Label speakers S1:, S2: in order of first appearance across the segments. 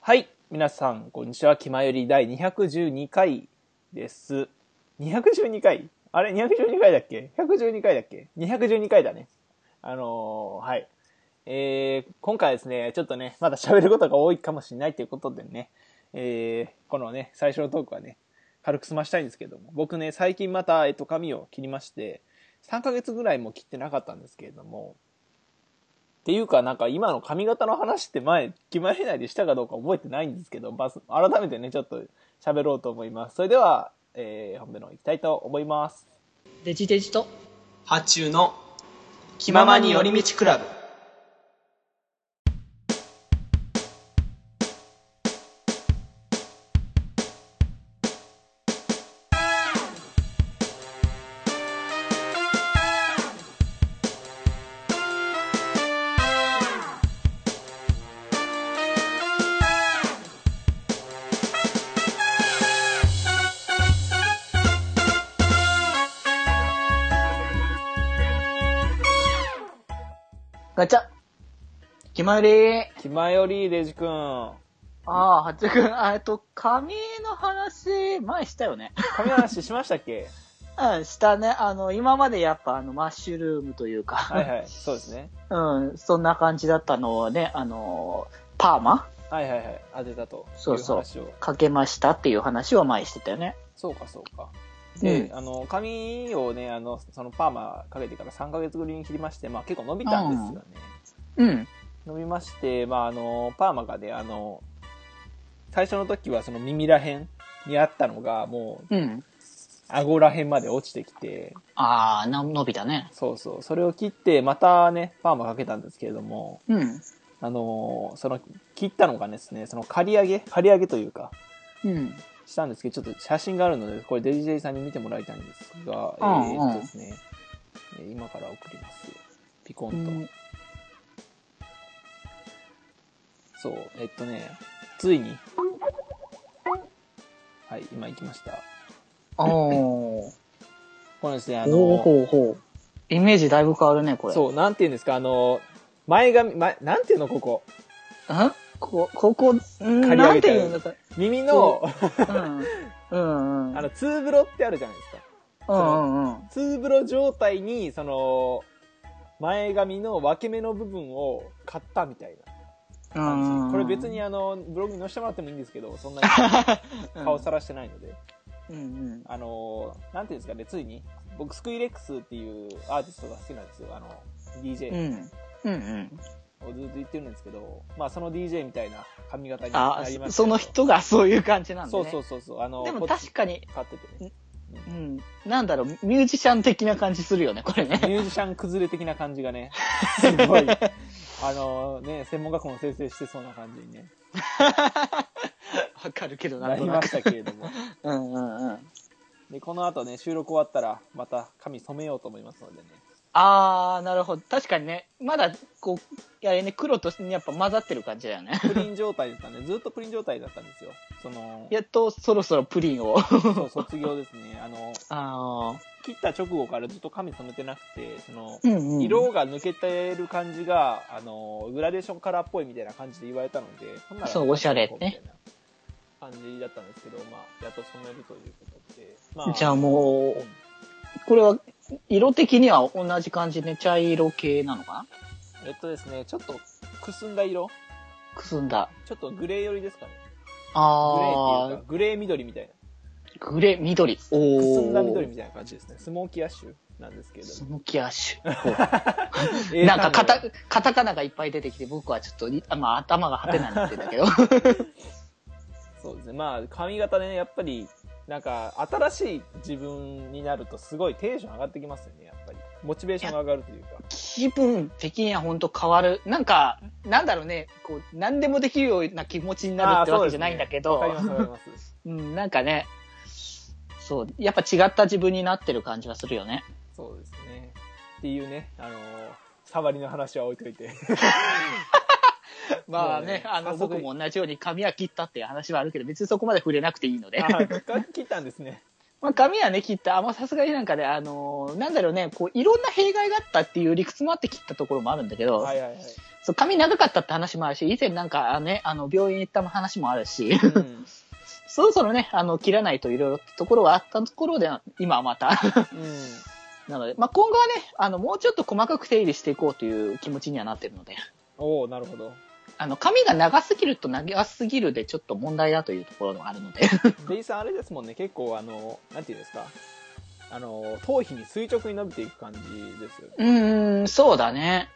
S1: はい。皆さん、こんにちは。気まより第212回です。212回あれ ?212 回だっけ ?112 回だっけ ?212 回だね。あのーはい。えー今回はですね、ちょっとね、まだ喋ることが多いかもしれないということでね、えーこのね、最初のトークはね、軽く済ましたいんですけども、僕ね、最近また、えっと、髪を切りまして、3ヶ月ぐらいも切ってなかったんですけれども、っていうか、なんか今の髪型の話って前、決まり内でしたかどうか覚えてないんですけど、まず改めてね、ちょっと喋ろうと思います。それでは、えー本編の方行きたいと思います。
S2: デジデジと
S3: 発注の気ままに寄り道クラブ
S2: ガチャ
S3: 気まより
S1: 気前より、デジ君。ん
S2: ああ、八くん、あえっと、髪の話、前したよね。
S1: 髪の話しましたっ け
S2: うん、したね。あの、今までやっぱ、あの、マッシュルームというか、
S1: はいはい。そうですね。
S2: うん、そんな感じだったのをね、あの、パーマ
S1: はいはいはい。当てたと。
S2: そうそう
S1: い話を。
S2: かけましたっていう話を前してたよね。
S1: そうかそうか。で、
S2: うん
S1: あの、髪をね、あの、そのパーマかけてから3ヶ月ぶりに切りまして、まあ結構伸びたんですよね。
S2: うん。
S1: 伸びまして、まあ、あの、パーマがね、あの、最初の時はその耳らへんにあったのが、もう、
S2: うん。
S1: 顎らへんまで落ちてきて、
S2: ああ、な伸びたね。
S1: そうそう、それを切って、またね、パーマかけたんですけれども、
S2: うん。
S1: あの、その、切ったのがですね、その刈り上げ、刈り上げというか、
S2: うん。
S1: したんですけど、ちょっと写真があるので、これデジデジさんに見てもらいたいんですが、
S2: うん
S1: え
S2: うん
S1: ーっとですね、えー今から送ります。ピコン
S2: う
S1: と。
S2: ん、
S1: そう、えっとね、ついに、はい、今行きました。
S2: お ー。
S1: このですね、あ
S2: ほう
S1: の、
S2: ほうほう。イメージだいぶ変わるね、これ。う。
S1: そう、なんていうんですか、あの、前髪、前、なんていうの、ここ。
S2: んこ、ここ、うん
S1: 刈り上げてある
S2: なんていうのか。
S1: 耳の、
S2: うん。うんうん。
S1: あの、ツーブロってあるじゃないですか。
S2: うんうんうん。
S1: ツーブロ状態に、その、前髪の分け目の部分を買ったみたいな感じ。これ別にあの、ブログに載せてもらってもいいんですけど、そんなに顔さらしてないので。
S2: うんうん
S1: あの、なんていうんですかね、ついに、僕、スクイレックスっていうアーティストが好きなんですよ。あの、DJ。
S2: うんうんうんうん
S1: をずっと言ってるんですけど、まあその DJ みたいな髪型になり
S2: あ
S1: ましたけど
S2: その人がそういう感じなんだ
S1: そ
S2: ね
S1: うそうそうそうあの
S2: でも
S1: こっち
S2: 確かに
S1: 買っててね
S2: うんなんだろうミュージシャン的な感じするよねこれね
S1: ミュージシャン崩れ的な感じがね すごいあのね専門学校の先生してそうな感じにね
S2: わかるけど
S1: な
S2: な
S1: り
S2: んと
S1: ま
S2: な
S1: した
S2: く
S1: けれ ども
S2: うんうんうん
S1: でこの後ね収録終わったらまた髪染めようと思いますのでね
S2: あーなるほど確かにねまだこうやれね黒とやっぱ混ざってる感じだよね
S1: プリン状態だったんでずっとプリン状態だったんですよその
S2: やっとそろそろプリンを
S1: そう卒業ですねあの
S2: あ
S1: 切った直後からずっと髪染めてなくてその
S2: ーうんうん
S1: 色が抜けてる感じが、あの、グラデーションカラーっぽいみたいな感じで言われたので、そんなら
S2: そうおしゃれね。
S1: みたいな感じだったんですけど、まあ、やっと染めるということで。まあ、
S2: じゃあも
S1: うん
S2: うこれは色的には同じ感じで茶色系なのかな
S1: えっとですね、ちょっとくすんだ色
S2: くすんだ
S1: ちょっとグレー寄りですかね。グレー
S2: あ
S1: っていう
S2: ー
S1: か、グレー緑みたいな。
S2: グレー、緑。おー
S1: くすんだ緑みたいな感じですね。スモーキーアッシュなんですけれ
S2: ス
S1: ども。
S2: モキアッシュ。 なんかカタ、カタカナがいっぱい出てきて、僕はちょっとい、あまあ、頭がハテナになってん だけど。
S1: そうですね。まあ、髪型ね、やっぱり、なんか、新しい自分になると、すごいテンション上がってきますよね、やっぱり。モチベーションが上がるというか。
S2: 気分的には本当変わる。なんか、なんだろうね、こう、何でもできるような気持ちになるってわけじゃないんだけど、
S1: あーそうですねわかります、わかります。
S2: うん、なんかね、そう、やっぱ違った自分になってる感じはするよね。
S1: そうですね。っていうね、あのー、触りの話は置いとい て。
S2: まあ
S1: そ
S2: ね、
S1: うね
S2: あの、
S1: 早速
S2: 僕も同じように髪は切ったっていう話はあるけど、別にそこまで触れなくていいので。
S1: あー、切ったんですね。
S2: まあ、髪はね、切った。あ、まあ、さすがになんかね、あのーなんだろうね、こう、いろんな弊害があったっていう理屈もあって切ったところもあるんだけど、
S1: はいはいはい。
S2: そう、髪長かったって話もあるし、以前なんかあのね、あの、病院行った話もあるし、
S1: うん。
S2: そろそろね、あの、切らないといろいろってところはあったところで、今はまた。
S1: うん
S2: なので、まあ、今後はね、あの、もうちょっと細かく整理していこうという気持ちにはなってるので、
S1: おおなるほど。
S2: あの、髪が長すぎると長すぎるでちょっと問題だというところもあるので、
S1: デイさんあれですもんね、結構あの、なんていうんですか。あの、頭皮に垂直に伸びていく感じですよね。
S2: うーん、そうだね。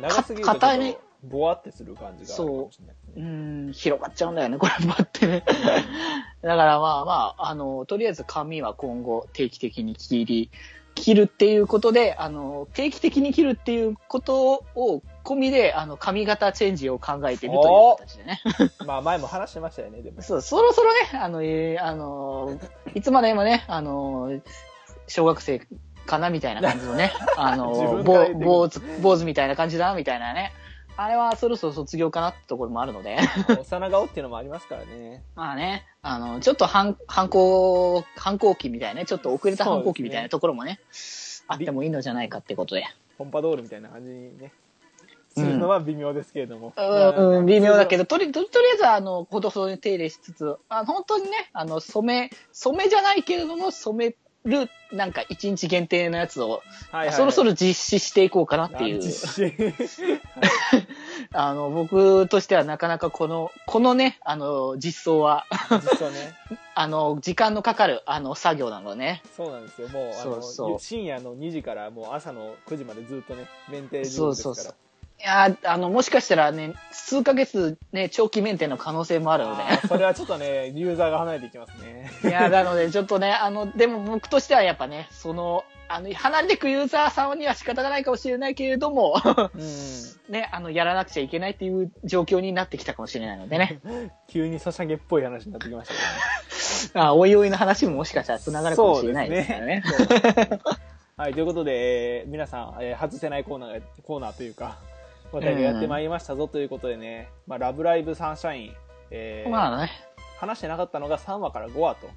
S1: 長すぎるとちょっと
S2: 硬いね
S1: ぼわってする感じがあるかもしれないです
S2: う
S1: ね。
S2: ーん、広がっちゃうんだよね、これ、待ってね。 だからまあまあ、あの、とりあえず髪は今後定期的に切り、切るっていうことで、あの、定期的に切るっていうことを込みで、あの、髪型チェンジを考えてるという形でね。
S1: まあ前も話してましたよね、でも。
S2: そう、そろそろね、あの、えーあの、いつまでもね、あの、小学生かなみたいな感じ のね、あ
S1: 自
S2: の、
S1: 分から言
S2: 坊
S1: ってくる
S2: 坊主、坊主みたいな感じだな、みたいなね。あれはそろそろ卒業かなってところもあるので。
S1: 幼顔っていうのもありますからね。
S2: まあね、あの、ちょっと反、反抗、反抗期みたいなね、ちょっと遅れた反抗期みたいなところもね、あってもいいのじゃないかってことで。
S1: ポンパドールみたいな感じにね、するのは微妙ですけれども。
S2: うん、うん、微妙だけ
S1: ど。
S2: ど、とり、とりとりあえず、あの、ほどほどに手入れしつつ、あ本当にね、あの、染め、染めじゃないけれども、染める、なんか、一日限定のやつを、
S1: はいはい、
S2: そろそろ実施していこうかなっていう
S1: あ。実施
S2: あの、僕としてはなかなかこの、このね、あの、実装は、
S1: 実装ね。
S2: あの、時間のかかる、あの、作業なのね。
S1: そうなんですよ。もう、あ
S2: そ
S1: の、
S2: うそう
S1: 深夜の2時からもう朝の9時までずっとね、メンテですか
S2: そ
S1: ら。
S2: うそうそう。いやーあの、もしかしたらね、数ヶ月ね、長期メンテの可能性もあるの
S1: あーそれはちょっとね、ユーザーが離れていきます ね。
S2: で。いやーなので、ちょっとね、あの、でも僕としてはやっぱね、その、あの、離れてくユーザーさんには仕方がないかもしれないけれども、
S1: うん。
S2: ね、あの、やらなくちゃいけないっていう状況になってきたかもしれないのでね。
S1: 急にソシャゲっぽい話になってきましたけどね。
S2: あーおいおいの話ももしかしたら繋がるかもしれないですからね。
S1: そうですね。はい、ということで、えー皆さん、えー外せないコーナー、コーナーというか、お便りやってまいりましたぞということでね、まあ、ラブライブサンシャイン、えー
S2: まあね、
S1: 話してなかったのが3話から5話ということ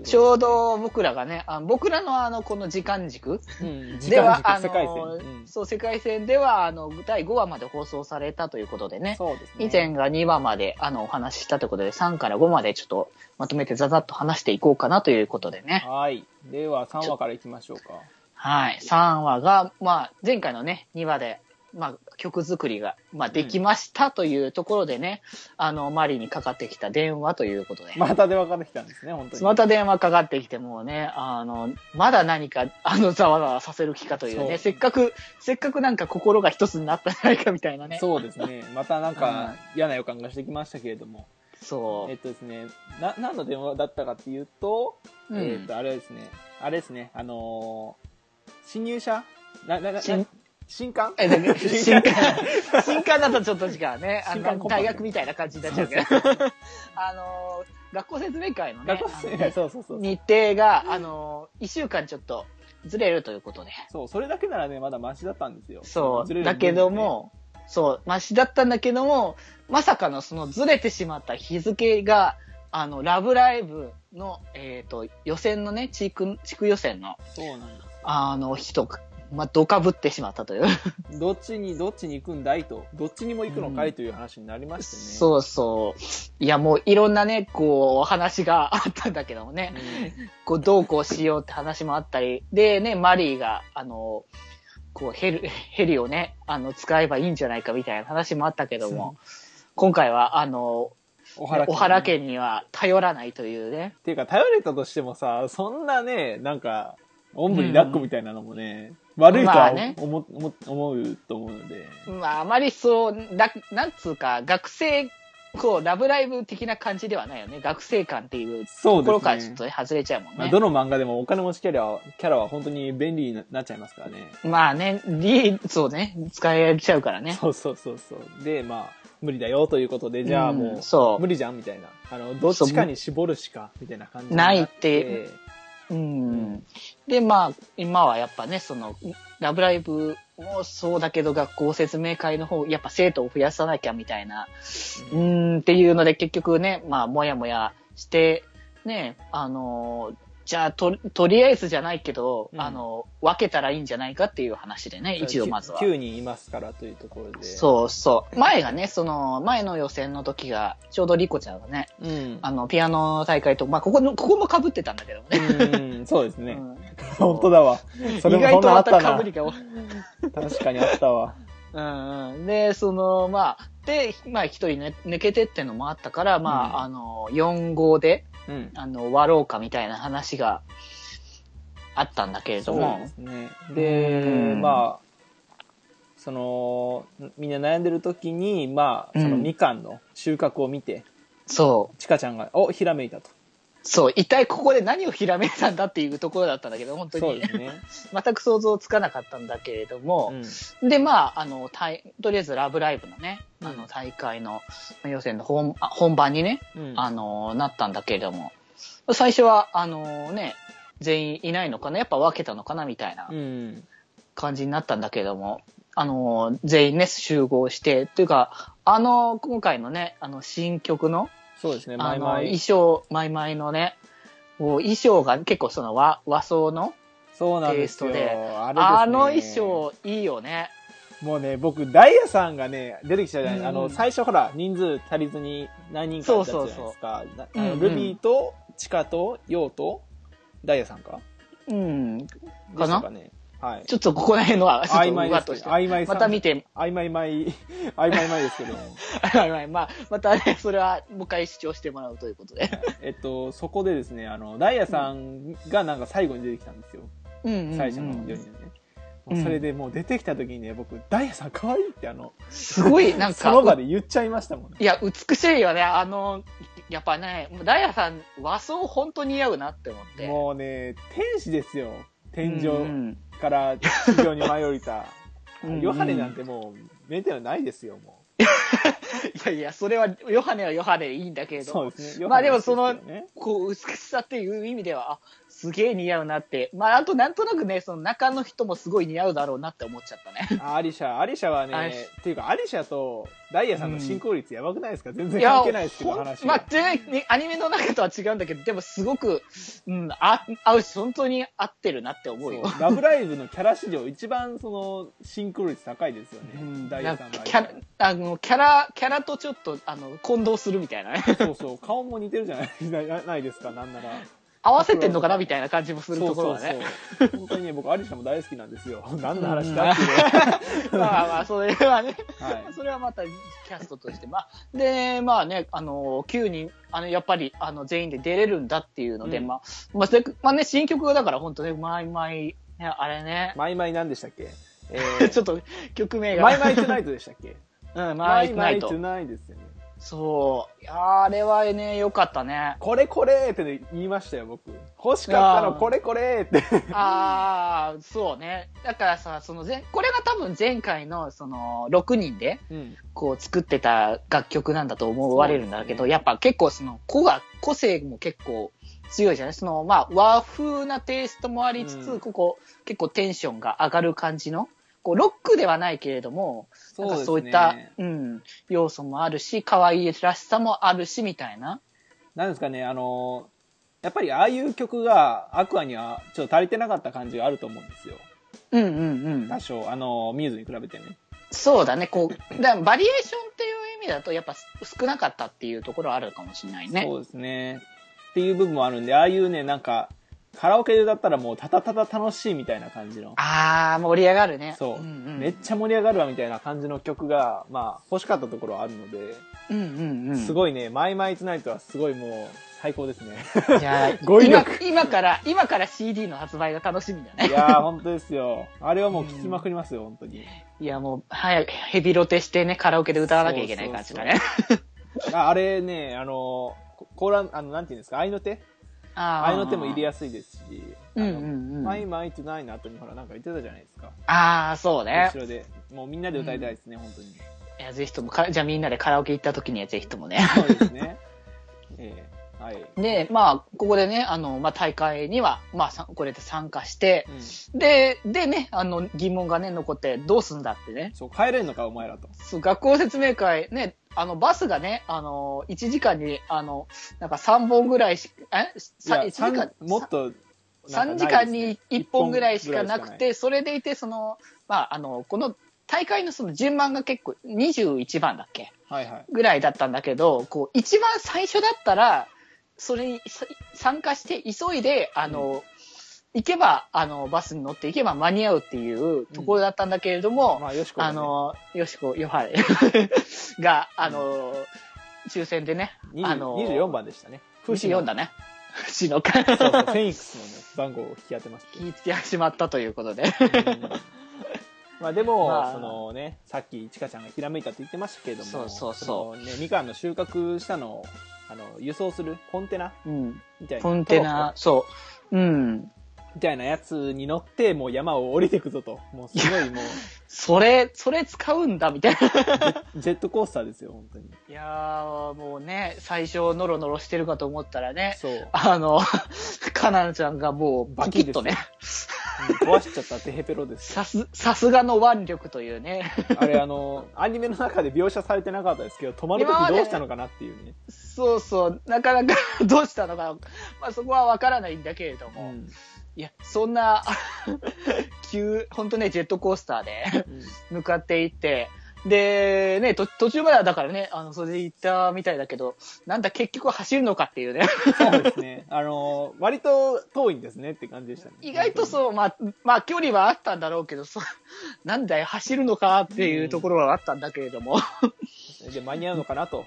S1: ですね、
S2: ちょうど僕らがね、あ僕らのあの、この時間軸
S1: うん、時
S2: で
S1: 間
S2: は、
S1: 軸、
S2: あ
S1: 世界線。
S2: の、
S1: うん
S2: そう、世界線では、あの、第5話まで放送されたということでね。
S1: そうですね。
S2: 以前が2話まであのお話ししたということで3から5までちょっとまとめてざざっと話していこうかなということでね。
S1: はい。では、3話からいきましょうか。
S2: はい。3話が、まあ前回のね、2話で、まあ曲作りが、まあできましたというところでね、あの、マリにかかってきた電話ということで。
S1: また電話かかってきたんですね、本当に。
S2: また電話かかってきてもうね、あの、まだ何か、あの、ざわざわさせる気かという
S1: そう
S2: ね、せっかく、せっかくなんか心が一つになったんじゃないかみたいなね。
S1: そうですね。またなんか嫌な予感がしてきましたけれども。
S2: そ
S1: えっとですね、な、何の電話だったかっていうと、
S2: う。
S1: えーっと、あれですね、あれですね、あのー新入社な、な、な、
S2: 新
S1: な新刊、
S2: え、だね新刊 新刊だとちょっと違うね。あ
S1: 新刊コン
S2: の
S1: パ
S2: 大
S1: ね
S2: 学みたいな感じになっちゃうけど。 あの、学校説明会のね
S1: 学、校生、そうそう
S2: あ
S1: そ
S2: の
S1: う。
S2: 日程が、あの、1週間ちょっとずれるということで。
S1: そう、それだけならね、まだマシだったんですよ。
S2: そ
S1: ずれる
S2: う。
S1: 分
S2: だけども、そう、マシだったんだけども、まさかのそのずれてしまった日付が、あの、ラブライブの、えっ、と、予選のね、地区、地区予選の、
S1: ね。そうなんです。
S2: あの、日と、まあ、どかぶってしまったという。
S1: どっちに、どっちに行くんだいと、どっちにも行くのか
S2: う
S1: い
S2: ん
S1: という話になりましてね。
S2: そうそう。いや、もういろんなね、こう、お話があったんだけどもね、
S1: うん
S2: こう、どうこうしようって話もあったり、でね、マリーが、あの、こう、ヘル、ヘリをね、あの、使えばいいんじゃないかみたいな話もあったけども、今回は、あの、
S1: おはらけ
S2: お原家には頼らないというね、
S1: っていうか、頼れたとしてもさ、そんなね、なんか、おんぶに抱っこみたいなのもね、悪いと
S2: まあ
S1: は
S2: ね
S1: 思,、思思うと思うので。
S2: まあ、あまりそう、だなんつうか、学生、こう、ラブライブ的な感じではないよね。学生感っていう
S1: そう
S2: ところか
S1: で
S2: ら
S1: す
S2: ちょ
S1: ね
S2: っと。ね、外れちゃうもんね。
S1: まあ、どの漫画でもお金持ちキャラは、キャラは本当に便利になっちゃいますからね。
S2: まあね、リー、そうね、使えちゃうからね。
S1: そうそうそうそう。で、まあ、無理だよということで、じゃあもう、
S2: んそ
S1: 無理じゃんみたいな。あの、どっちかに絞るしか、みたいな感じに
S2: ないって。う。うん。で、まあ、今はやっぱね、その、ラブライブもそうだけど、学校説明会の方、やっぱ生徒を増やさなきゃみたいな、う
S1: うん
S2: ーん、っていうので結局ね、まあ、もやもやして、ね、あのーじゃあと、とりあえずじゃないけど、
S1: うん
S2: あの、分けたらいいんじゃないかっていう話でね、一度まずは。
S1: 9人いますからというところで。
S2: そうそう。前がね、その、前の予選の時が、ちょうどリコちゃんがね、
S1: う。うん。
S2: あの、ピアノの大会と、まあ、ここの、ここも被ってたんだけどね。
S1: うん、そうです
S2: う
S1: ね。
S2: ん
S1: 本当だわ。それ
S2: 意
S1: も
S2: 外
S1: そん
S2: と
S1: なあ
S2: ま
S1: った
S2: た
S1: な
S2: 被。りが多い。
S1: 確かにあったわ。
S2: うんうん。で、その、まあ、で、まあ、一人ね、抜けてってのもあったから、まあ、
S1: うん
S2: あの、4号で、
S1: うん。
S2: あの、割ろうかみたいな話があったんだけれど
S1: そう
S2: も
S1: で、すね。
S2: う
S1: で、
S2: ん
S1: まあ、その、みんな悩んでる時に、まあ、その
S2: うん
S1: みかんの収穫を見て、
S2: そう、
S1: ちかちゃんが、お、ひらめいたと。
S2: そう、一体ここで何をひらめいたんだっていうところだったんだけど、本当
S1: そう
S2: に
S1: で。すね。
S2: 全く想像つかなかったんだけれども、で、まあ、あの、たいとりあえずラブライブのね、
S1: うん
S2: あの、大会の予選の本あ本番にね、
S1: うん。うん
S2: あの、なったんだけれども、最初は、あのね、全員いないのかなやっぱ分けたのかなみたいな
S1: うん。
S2: 感じになったんだけれども、あの、全員ね、集合して、というか、あの、今回のね、あの、新曲の、
S1: そうですね、
S2: あ
S1: 毎
S2: の、
S1: 々
S2: 衣。装、マイマイのね、もう衣装が結構その和和装の、
S1: そうなんですよ。
S2: テイストで
S1: あれですね
S2: あの衣。装いいよね。
S1: もうね、僕、ダイヤさんがね、出てきたじゃない、
S2: うん
S1: あの、最初ほら、人数足りずに何人かいたじゃないですか。なあ
S2: うんう
S1: の
S2: ん
S1: ルビーと、チカと、ヨウと、ダイヤさんか
S2: うん。
S1: でしたかね。はい。
S2: ちょっとここら辺のは、ちょっと
S1: 曖
S2: う
S1: 昧
S2: わ
S1: で
S2: っとし
S1: すけ
S2: て
S1: ど、。曖昧さん
S2: また見て、
S1: 曖昧昧、曖昧昧ですけど、
S2: はいはいまあ、またね、それはもう一回視聴してもらうということで。
S1: えっと、そこでですね、あの、ダイヤさんがなんか最後に出てきたんですよ。
S2: うんうんうん
S1: 最初の4人でね。
S2: うん
S1: もうそれでもう出てきた時にね、僕、ダイヤさん可愛いってあの、
S2: すごい、なん
S1: その場
S2: か、
S1: で言っちゃいましたもんね。
S2: いや、美しいよね。あの、やっぱね、ダイヤさん、和装本当に似合うなって思って。
S1: もうね、天使ですよ。天井
S2: うん
S1: から地上に舞い降りた。
S2: うんうん
S1: ヨハネなんてもう、メンテナないですよ、も
S2: いやいや、それは、ヨハネはヨハネでいいんだけれ
S1: う。
S2: ど。
S1: そうですね。
S2: まあでも
S1: ヨハネですよね
S2: こう、美しさっていう意味では、あ、すげえ似合うなって。まあ、あとなんとなくね、その中の人もすごい似合うだろうなって思っちゃったね。
S1: あアリシャ、アリシャは
S2: ア
S1: ね
S2: リシ、
S1: っていうか、アリシャとダイヤさんの進行率やばくないですか、全然
S2: いや
S1: 関係ないですけど、
S2: ほん
S1: 話
S2: ま
S1: が
S2: あ、全然ねアニメの中とは違うんだけど、でもすごく、うん、あ合うし、本当に合ってるなって思うよ。
S1: ラブライブのキャラ史上一番その、シンクロ率高いですよ
S2: う
S1: ね。
S2: ん
S1: ダイ
S2: な
S1: ヤ
S2: ん
S1: さん
S2: か
S1: が。
S2: キャラ、あの、キャラ、キャラとちょっと、あの、混同するみた いなね。
S1: そうそう、顔も似てるじゃないなないですか、なんなら。
S2: 合わせてんのかなみたいな感じもするところは
S1: そ
S2: ね。
S1: うそうそう。本当にね、僕、アリシャも大好きなんですよ。何の話だっていう。
S2: まあまあ、それはね。
S1: はい。
S2: それはまたキャストとして。まあ、で、まあね、あの、9人、あの、やっぱり、あの、全員で出れるんだっていうので、
S1: うん
S2: まあ、まあ、せまあね、新曲がだから本当ね、毎毎、ね、あれね、
S1: マイマイ何でしたっけえ
S2: ちょっと曲名
S1: ー、
S2: が。
S1: マイマイトゥナイトでしたっけ
S2: うん、マイマイ
S1: トゥ
S2: と。
S1: ナイトですよね。
S2: そう。いやーあれはね、良かったね。
S1: これこれってね言いましたよ、僕。欲しかった
S2: あ
S1: の、
S2: ー
S1: これこれって。
S2: あー、そうね。だからさ、その前、これが多分前回の、その、6人で、
S1: うん。
S2: こう作ってた楽曲なんだと思われるんだけ
S1: そ
S2: ど、
S1: うですね
S2: やっぱ結構その個が、個性も結構強いじゃないそのまあ和風なテイストもありつつ、
S1: うん
S2: ここ結構テンションが上がる感じの、こうロックではないけれども、
S1: そ
S2: なん
S1: う
S2: か
S1: ですね
S2: そういった、うん、要素もあるし、可愛いらしさもあるし、みたいな。
S1: なんですかね、あのーやっぱりああいう曲がアクアにはちょっと足りてなかった感じがあると思うんですよ。
S2: うんうんうん
S1: 多。少、あのーミューズに比べてね。
S2: そうだね、こう、だからバリエーションっていう意味だと、やっぱ少なかったっていうところはあるかもしれないね。
S1: そうですね。っていう部分もあるんで、ああいうね、なんか、カラオケで歌ったらもうただただ楽しいみたいな感じの。
S2: あー、盛り上がるね。
S1: そう、
S2: んうん、
S1: めっちゃ盛り上がるわみたいな感じの曲が、まあ、欲しかったところはあるので、
S2: うんうんうん。
S1: すごいね、マイマイツナイトはすごいもう、最高 ですね。
S2: いや
S1: 語彙
S2: 今
S1: 力
S2: 今から、今から CD の発売が楽しみだ
S1: い
S2: ね。
S1: やー、本当ですよ。あれはもう聴きまくりますよ、本当に。
S2: いや、もう、早くヘビロテしてね、カラオケで歌わなきゃいけない感じだね。
S1: ああれね、あのー、こコーラン、あの、なんていうんですか、愛の手
S2: あ
S1: 愛の手も入れ
S2: す
S1: やすいですし、
S2: うんう
S1: あの
S2: んうん
S1: マイマイトゥナイの後にほら、なんか言ってたじゃないですか。
S2: ああ、そうね
S1: 後。ろで。もうみんなで歌いたいですね、本当に。
S2: いや、ぜひともか、じゃあみんなでカラオケ行った時にはぜひともね。
S1: そうですね。ええはい。
S2: で、まあ、ここでね、あの、まあ、大会には、まあさ、これで参加して、
S1: うん
S2: で、でね、あの、疑問がね、残って、どうすんだってね。
S1: そう、帰れんのか、お前らと。
S2: そう、学校説明会、ね、あの、バスがね、あの、1時間に、あの、なんか3本ぐらいし、え
S1: い
S2: さ
S1: や、
S2: 1時間
S1: 三、もっと、
S2: 3時間に1本ぐらいしかなく
S1: 一本ぐらいしか
S2: て、それでいて、その、まあ、あの、この大会のその順番が結構、21番だっけ
S1: はいはい。
S2: ぐらいだったんだけど、こう、一番最初だったら、それにさ参加して、急いで、あの、行けば、あの、バスに乗って行けば間に合うっていうところだったんだけれども、
S1: まあ、よしこ、ね、
S2: あの、よしこ、よは れが、あの、抽選でね、
S1: 20
S2: あの
S1: 24番でしたね。
S2: 24だ
S1: ね。
S2: ね。藤野か
S1: そう そう、フェニックスのね、番号を引き当てます
S2: 聞いてしまったということで。
S1: まあでも、
S2: まあ
S1: そのね、さっきちかちゃんがひらめいたって言ってましたけれども、
S2: そうそうそう
S1: のね、みかんの収穫したのを、あの、輸送するコンテナ
S2: うん。
S1: みたいな。
S2: コンテナ、そう。うん。
S1: トロッコみたいなやつに乗って、もう山を降りていくぞと。もうすご いもう、
S2: それ、それ使うんだ、みたいな。
S1: ジェットコースターですよ、本当 に。
S2: いやー、もうね、最初、ノロノロしてるかと思ったらね、
S1: そう。うん
S2: あの、 カナンちゃんがもう、バキッとね、
S1: 壊しちゃったデヘペロ です。
S2: さす、さすがの腕力というね。
S1: あれ、あの、アニメの中で描写されてなかったですけど、止まると
S2: 今ま
S1: き
S2: で
S1: どうしたのかなっていうね。
S2: そうそう、なかなか どうしたのか、まあそこはわからないんだけれど
S1: う
S2: も、
S1: ん。
S2: いや、そんな、 急、ほんとね、ジェットコースターで
S1: うん
S2: 向かっていって、で、ね、と途中まではだからね、あの、それで行ったみたいだけど、なんだ結局走るのかっていうね。
S1: そうですね。あの、割と遠いんですねって感じでしたね。
S2: 意外とそう、まあ、まあ距離はあったんだろうけど、そう、なんだよ、走るのかっていうところはあったんだけれども。
S1: で間に合うのかなと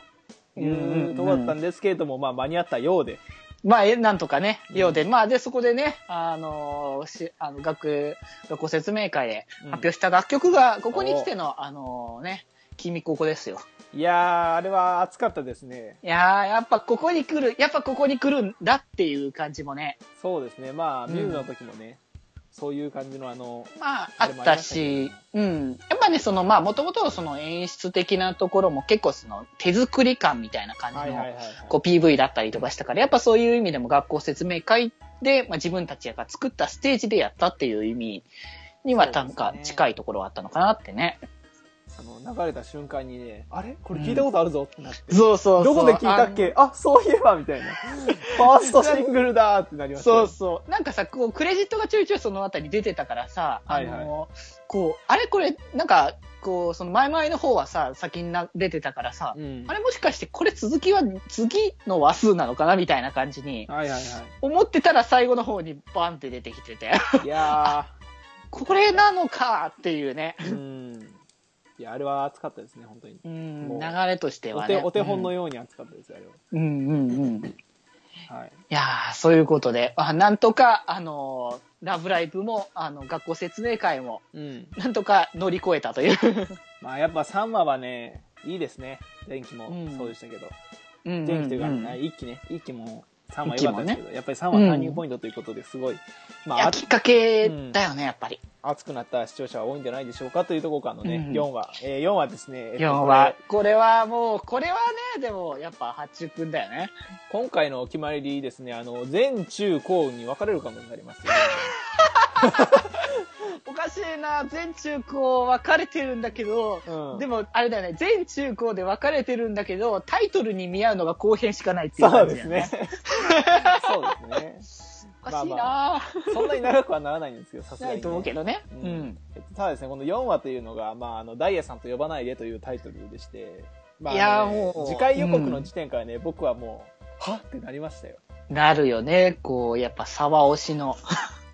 S1: い
S2: うんうんう
S1: うんとこだったんですけれども、まあ間に合ったようで、
S2: まあ、えなんとかね、
S1: うん
S2: ようで、まあ、で、そこでね、あの、し、あの、学、学校説明会で
S1: うん
S2: 発表した楽曲が、ここに来ての、あのね、君ここですよ。
S1: いやー、あれは熱かったですね。
S2: いやー、やっぱここに来る、やっぱここに来るんだっていう感じもね、
S1: そうですね。まあ、
S2: うん
S1: ミューの時もね、そういう感じのあの、
S2: まあ、あ
S1: あれ
S2: っ
S1: もありました
S2: た
S1: け
S2: し
S1: ど、
S2: うん。やっぱね、その、まあ、もともとその演出的なところも結構その、手作り感みたいな感
S1: はい
S2: じ
S1: はいはい、
S2: の
S1: はい。
S2: こう PV だったりとかしたから、やっぱそういう意味でも学校説明会で、まあ、自分たちが作ったステージでやったっていう意味には、なん
S1: そう
S2: か
S1: ですね
S2: 近いところはあったのかなってね。
S1: あの、流れた瞬間にね、あれこれ聞いたことあるぞってなって。
S2: そうそうそ
S1: ど
S2: う。
S1: こで聞いたっけあそういえばみたいな。ファーストシングルだーってなり
S2: あ
S1: ました
S2: の そ
S1: よ。
S2: うそう。なんかさ、こう、クレジットがちょいちょいそのあたり出てたからさ、あの、
S1: はい
S2: こう、あれこれ、なんか、こう、その前々の方はさ、先にな出てたからさ、
S1: うん。は
S2: あ
S1: い
S2: れもしかしてこれ続きは次の話数なのかなみたいな感じに
S1: はいは
S2: 思ってたら最後の方にバンって出てきてて
S1: い。いや
S2: これなのかっていうね
S1: ー、うん。いや、あれは熱かったですね、本当に。
S2: うん
S1: も
S2: 流
S1: う
S2: れとして
S1: お
S2: は
S1: 手
S2: ね
S1: お手本のように熱かったですよ、あれ
S2: うんうんうんうんい
S1: は。はい。
S2: やーそういうことで、あ、なんとかあのーラブライブ」もあの学校説明会も
S1: うん。
S2: なんとか乗り越えた という
S1: まあやっぱ3話はね、いいですね。電気も
S2: うん
S1: そうでしたけど。
S2: うん
S1: 電気というか、
S2: ん
S1: あ一気ね、一気も3話良かったですけど、やっぱり3話
S2: うん
S1: ターニングポイントということですごい、ま
S2: いや
S1: あ
S2: きっかけだよねやっぱり、
S1: あ、熱くなった視聴者は多いんじゃないでしょうかというところからのね、
S2: うん
S1: 4話。えー、4話ですね。えっと
S2: 要はこれはもうこれはねでもやっぱ八中君だよね
S1: 今回のお決まりですね、あの、全中高に分かれる感じになります、ね。
S2: おかしいな全中高分かれてるんだけど、
S1: うん
S2: でもあれだよね全中高で分かれてるんだけどタイトルに見合うのが後編しかないってい う
S1: そう
S2: 感じ
S1: で
S2: だ
S1: す
S2: よ
S1: ね
S2: ね。
S1: そうです
S2: おかしいな、
S1: まね。そんなに長くはならないんですけど、さすが
S2: な
S1: に、
S2: いと思うけどねうん、
S1: えっとただですね、この4話というのが、まあ、あの、ダイヤさんと呼ばないでというタイトルでして、まあ、
S2: いやー
S1: あのね
S2: もう
S1: 次回予告の時点からね、僕はもう、はっってなりましたよ。
S2: なるよねこうやっぱ沢推しの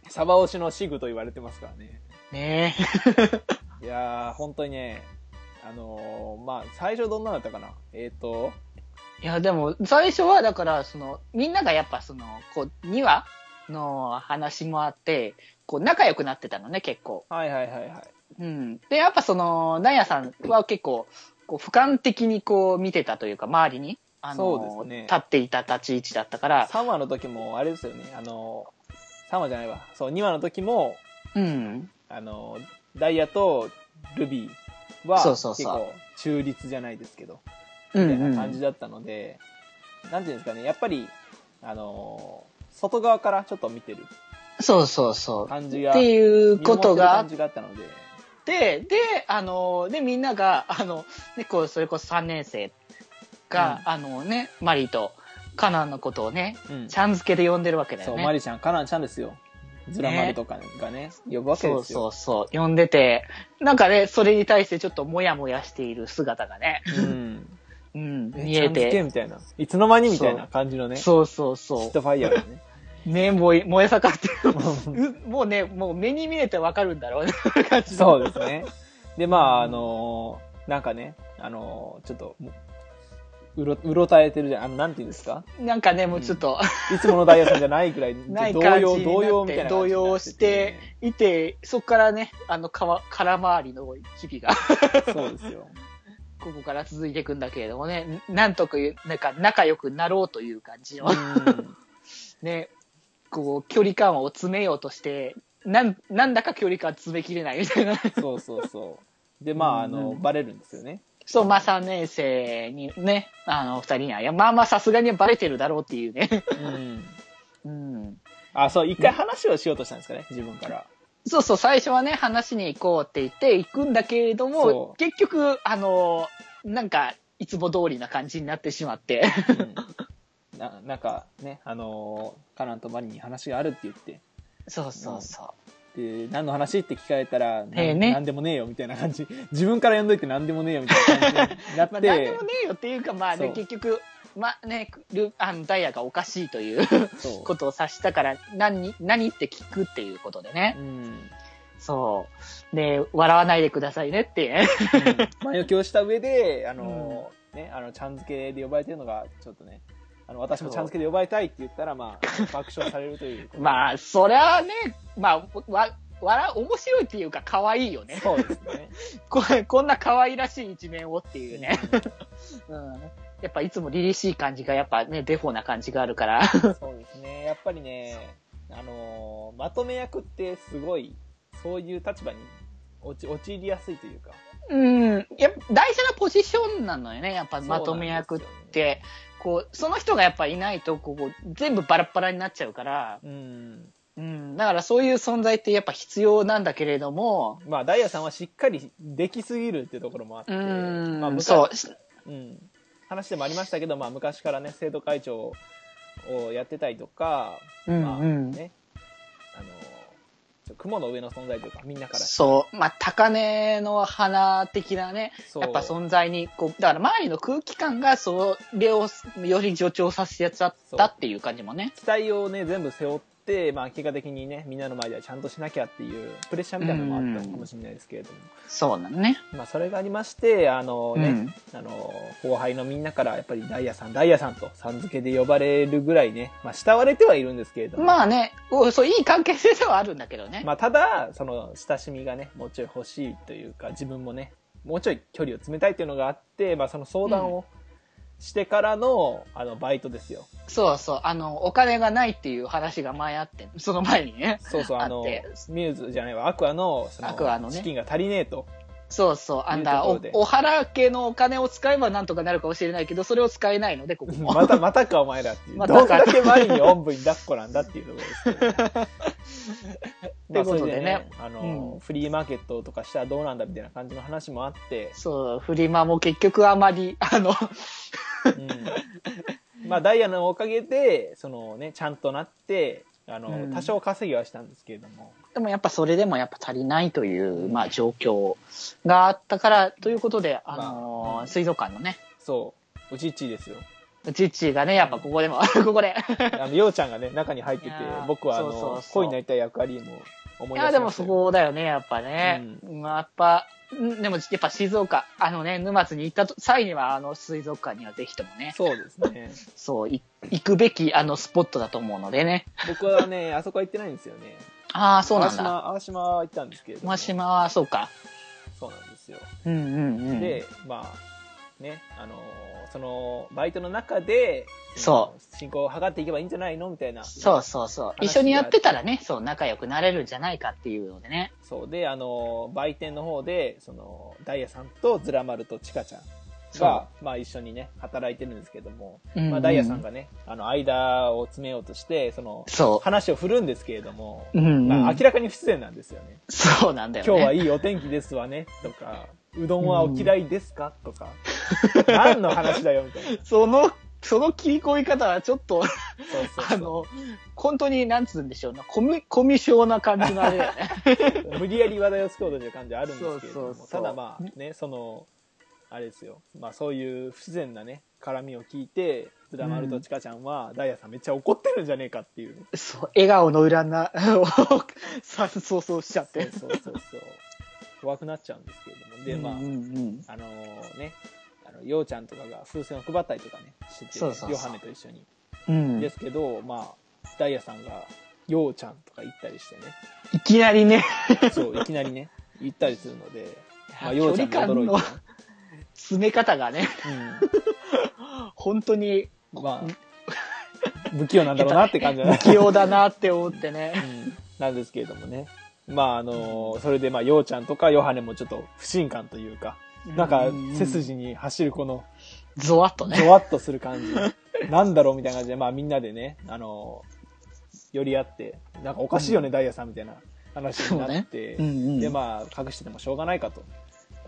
S1: サバ推しのシグと言われてますから ね。
S2: ね
S1: いやー、本当にね、あのーまあ、最初どんなのだったかなえっ、と、
S2: いやでも最初はだからそのみんながやっぱそのこう2話の話もあってこう仲良くなってたのね結構
S1: はいはいはいはい。
S2: うん。で、やっぱその、ダイヤさんは結構、こう、俯瞰的にこう見てたというか、周りに、あ
S1: そう
S2: の、
S1: ですね
S2: 立っていた立ち位置だったから、
S1: 3話の時も、あれですよね、あのー、3話じゃないわ。そう、2話の時も、
S2: うん。
S1: あのーダイヤとルビーは、
S2: そうそうそう
S1: 結構、中立じゃないですけど。
S2: うん、
S1: みたいうな感
S2: ん
S1: じだったので、なんていうんですかね、やっぱりあのー外側からちょっと見てる
S2: そうそうそう。
S1: 感じが、
S2: っていうことがあ
S1: 見守ってる感
S2: っ
S1: じがあったので、
S2: て、で、あの、で、みんなが、あの、ね、こう、それこそ3年生が、あのね、マリーとカナンのことをね、
S1: うん
S2: ちゃん付けで呼んでるわけだ
S1: そ
S2: よ
S1: う、
S2: ね。
S1: マリちゃん、カナンちゃんですよ。ズラマルとかがね、呼ぶわけ
S2: そ
S1: で
S2: う
S1: すよ。
S2: そうそう、呼んでて、なんかね、それに対してちょっともやもやしている姿がね、
S1: うん。
S2: うん、見
S1: 見え
S2: え
S1: て。ちゃ
S2: て。
S1: んみたいな。いつの間にみたいな感じのね。シ
S2: そうそう
S1: ッ
S2: そ
S1: トファイヤーだね。
S2: う。ね、燃え、燃え盛ってる。 うもうね、もう目に見えてわかるんだろうね。 感じ
S1: そうですね。で、まあ、あのーなんかね、あのーちょっと、もううろ、うろたえてるじゃん。あの、なんていうんですか
S2: なんかね、もうちょっと、
S1: いつものダイヤさんじゃないぐらい、
S2: ない
S1: 動
S2: 感じに
S1: 揺、
S2: なって
S1: 動揺みたいな感じになってて。
S2: 動揺していて、そこからね、あの、かわ、空回りの日々が、
S1: そうですよ。
S2: ここから続いていくんだけれどもね、なんとかいう、なんか仲良くなろうという感じの
S1: う、ん
S2: ね、こう、距離感を詰めようとして、なん、なんだか距離感詰めきれないみたいな。
S1: そうそうそう。で、まあ、あの、
S2: うん
S1: バレるんですよね。
S2: そう、まあ3年生にね、あの、二人には、いや、まあまあさすがにバレてるだろうっていうね。
S1: うん。
S2: うん。
S1: あ、そう、一回話をしようとしたんですかね、自分から。
S2: そうそう、最初はね、話しに行こうって言って行くんだけれ
S1: そ
S2: ども
S1: う、
S2: 結局、あの、なんか、いつも通りな感じになってしまって。
S1: うんななんかね、あのーカナンとマリに話があるって言って、
S2: そうそうそ
S1: で何の話って聞かれたら、なん
S2: ええね
S1: なんでもねえよみたいな感じ、自分から呼んどいてなんでもねえよみたいな感じになっ
S2: う。まあ、なんで
S1: て
S2: も、ねえよっていうか、まあね
S1: そ、う
S2: 結局、まあね、ルあのダイヤがおかしいという
S1: そう
S2: ことを察したから、何、何って聞くっていうことでね
S1: う。んうん
S2: そう。で、笑わないでくださいね って。。
S1: 前置きをした上で、あのーね、あのちゃん付けで呼ばれてるのが、ちょっとね、あの私もちゃん付けで呼ばれたいって言ったら、まあ、爆笑されるという
S2: まあ、そりゃね、まあ、わ、笑う、面白いっていうか、可愛いよね。
S1: そうですね。
S2: ここんな可愛らしい一面をっていうね。
S1: うん
S2: うん。やっぱいつも凛々しい感じが、やっぱね、デフォな感じがあるから。
S1: そうですね。やっぱりね、あのーまとめ役ってすごい、そういう立場に落ち陥りやすいというか。
S2: うん。やっぱ大事なポジションなのよね、やっぱまとめ役っ
S1: そうなんですよね
S2: て。こう、その人がやっぱいないと、こう、全部バラッバラになっちゃうから。
S1: うん。
S2: うん。だからそういう存在ってやっぱ必要なんだけれども、
S1: まあ、ダイヤさんはしっかりできすぎるっていうところもあって、
S2: うん。
S1: まあ、昔
S2: そう。
S1: うん。話でもありましたけど、まあ、昔からね、生徒会長をやってたりとか、
S2: うん
S1: まあ、
S2: うん
S1: ね、あのーちょ雲の上の存在というか、みんなからして
S2: そう。まあ、高根の花的なね、
S1: そう
S2: やっぱ存在に、こう、だから周りの空気感が、それをより助長させやつだったっていう感じもね。
S1: 期待をね、全部背負って、まあ、結果的にね、みんなの前ではちゃんとしなきゃっていうプレッシャーみたいなのもあったのかもしれないですけれども、
S2: そうなのね。
S1: まあ、それがありまして、あのね、あの、後輩のみんなから、やっぱりダイヤさん、ダイヤさんと、さん付けで呼ばれるぐらいね、まあ、慕われてはいるんですけれども、
S2: まあね、おそう、いい関係性ではあるんだけどね。
S1: まあ、ただ、その、親しみがね、もうちょい欲しいというか、自分もね、もうちょい距離を詰めたいというのがあって、まあ、その相談をしてからの、あの、バイトですよ。
S2: そうそう、あの、お金がないっていう話が前あって、その前にね。
S1: そうそう、あの
S2: あって、
S1: ミューズじゃないわ、アクアの、そ
S2: アクアの
S1: の、
S2: ね
S1: 資金が足りねえ と。
S2: そうそう、あんた、
S1: いうところ
S2: お
S1: で、
S2: お腹系のお金を使えばなんとかなるかもしれないけど、それを使えないので、ここも。
S1: また、またかお前らっていう。
S2: ま
S1: ど
S2: た
S1: ん
S2: か
S1: だけマリにおんぶに抱っこなんだっていうところですけど。
S2: ってことでね
S1: まあそれあの、
S2: うん
S1: フリーマーケットとかしたらどうなんだみたいな感じの話もあって、
S2: そう、フリマも結局あまり、あの、
S1: うんまあダイヤのおかげで、そのね、ちゃんとなって、あの、
S2: うん
S1: 多少稼ぎはしたんですけれども、
S2: でもやっぱそれでもやっぱ足りないという、まあ状況があったから、ということで、あのー
S1: まあうん
S2: 水族館のね、
S1: そう、うちっちーですよ。
S2: チッチーがね、やっぱここでも、 ここで。
S1: あの、ようちゃんがね、中に入ってて
S2: いやー、
S1: 僕はあの、
S2: そうそうそう
S1: 恋になりたい役割も思
S2: い
S1: い出しましたよ
S2: や、でもそこだよね、やっぱね。まあやっぱ、んでもやっぱ静岡、あのね、沼津に行ったと際には、あの水族館にはぜひともね、
S1: そうですね。
S2: そう、い行くべき、あのスポットだと思うのでね。
S1: 僕はね、あそこは行ってないんですよね。
S2: ああ、そうなん
S1: 淡
S2: だ。
S1: 島、淡島は行ったんですけれども。
S2: 馬島は、そうか。
S1: そうなんですよ。
S2: うんうんうん。
S1: で、まあ、ね、あのーその、バイトの中で、。
S2: そう
S1: 進行を図っていけばいいんじゃないのみたいな。
S2: そうそうそう。一緒にやってたらね、そう、仲良くなれるんじゃないかっていうのでね。
S1: そう。で、あのー売店の方で、その、ダイヤさんとズラマルとチカちゃんが、まあ一緒にね、働いてるんですけども、
S2: うん
S1: まあダイヤさんがね、あの、間を詰めようとして、その、
S2: そ
S1: 話を振るんですけれども、
S2: う。うん、うん
S1: まあ明らかに不自然なんですよね。
S2: そうなんだよね。
S1: 今日はいいお天気ですわね、とか、うどんはお嫌いですかとか、何の話だよ、みたいな。
S2: その、その切り込み方はちょっと、
S1: そうそうそ
S2: あの、本当に、なんつうんでしょうな、コミ、コミュな感じのあれだよね。
S1: 無理やり話題を作ろうという感じはあるんですけれども
S2: そうそうそ
S1: た
S2: う
S1: だまあねそのあれですよまあそういう不自然なね絡みを聞いて津田丸とちかちゃんは、ダイヤさんめっちゃ怒ってるんじゃねえかっていうね
S2: そう、笑顔の裏な、さ、そうそうしちゃっ
S1: そう
S2: て。
S1: そうそうそう怖くなっちゃうんですけれどもでまあ、
S2: うんうんうん
S1: あのねあのようちゃんとかが風船を配ったりとかねしてて
S2: そうそうそう
S1: ヨハネと一緒に、
S2: うん
S1: ですけどまあダイヤさんが「ようちゃん」とか言ったりしてね
S2: いきなりね、
S1: そういきなりね言ったりするので、まあ、よ
S2: 距
S1: うちゃ
S2: 離
S1: んが驚いて
S2: 感の
S1: ね、
S2: 詰め方がね、
S1: うん
S2: 本当に
S1: まあ、 不器用なんだろうなって感じだな
S2: 器用だなって思ってね。
S1: なんですけれどもね。まあ、あのそれで、まあ、ようちゃんとかヨハネもちょっと不信感というか、なんか
S2: う、う
S1: 背。筋に走るこの、
S2: ゾワッと
S1: ゾ
S2: ね。
S1: ワッとする感じ、 なんだろうみたいな感じで、まあ、みんなでね、あの寄り合って、なんかおかしいよね、ダイヤさんみたいな話になって、
S2: そうねうんうん
S1: で、まあ、隠しててもしょうがないかと。とい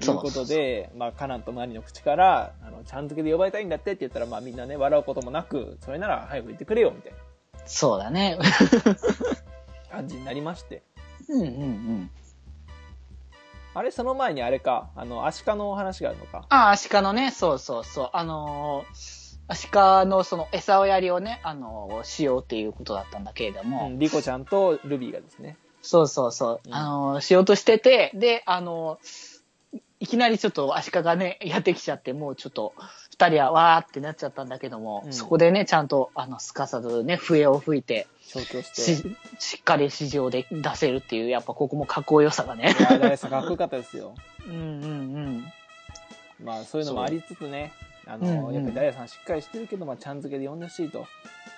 S2: そううそう
S1: こ
S2: そう
S1: とで、まあ、カナンとマリの口から、あの、ちゃん付けで呼ばれたいんだってって言ったら、まあ、みんなね、笑うこともなく、それなら早く言ってくれよ、みたいな。
S2: そうだね。
S1: 感じになりまして
S2: うんうんうん。
S1: あれその前にあれかあのアシカのお話があるのか
S2: あ、アシカのね、そうそうそう。あのーアシカのその餌をやりをね、あのーしようっていうことだったんだけれども、
S1: うんリコちゃんとルビーがですね
S2: そうそうそう、
S1: うん
S2: あのーしようとしてて、で、あのーいきなりちょっとアシカがね、やってきちゃって、もうちょっと、二人はわーってなっちゃったんだけども、
S1: うん
S2: そこでね、ちゃんと、あの、すかさずね、笛を吹いて、
S1: 消去して
S2: し、しっかり市場で出せるっていう、やっぱここもかっこよさがね。
S1: いやダイヤさんかっこよかったですよ
S2: うんうんうん。
S1: まあそういうのもありつつねあの、
S2: うんうん
S1: やっぱりダイヤさんしっかりしてるけど、まあ、ちゃん付けで呼んでほしいと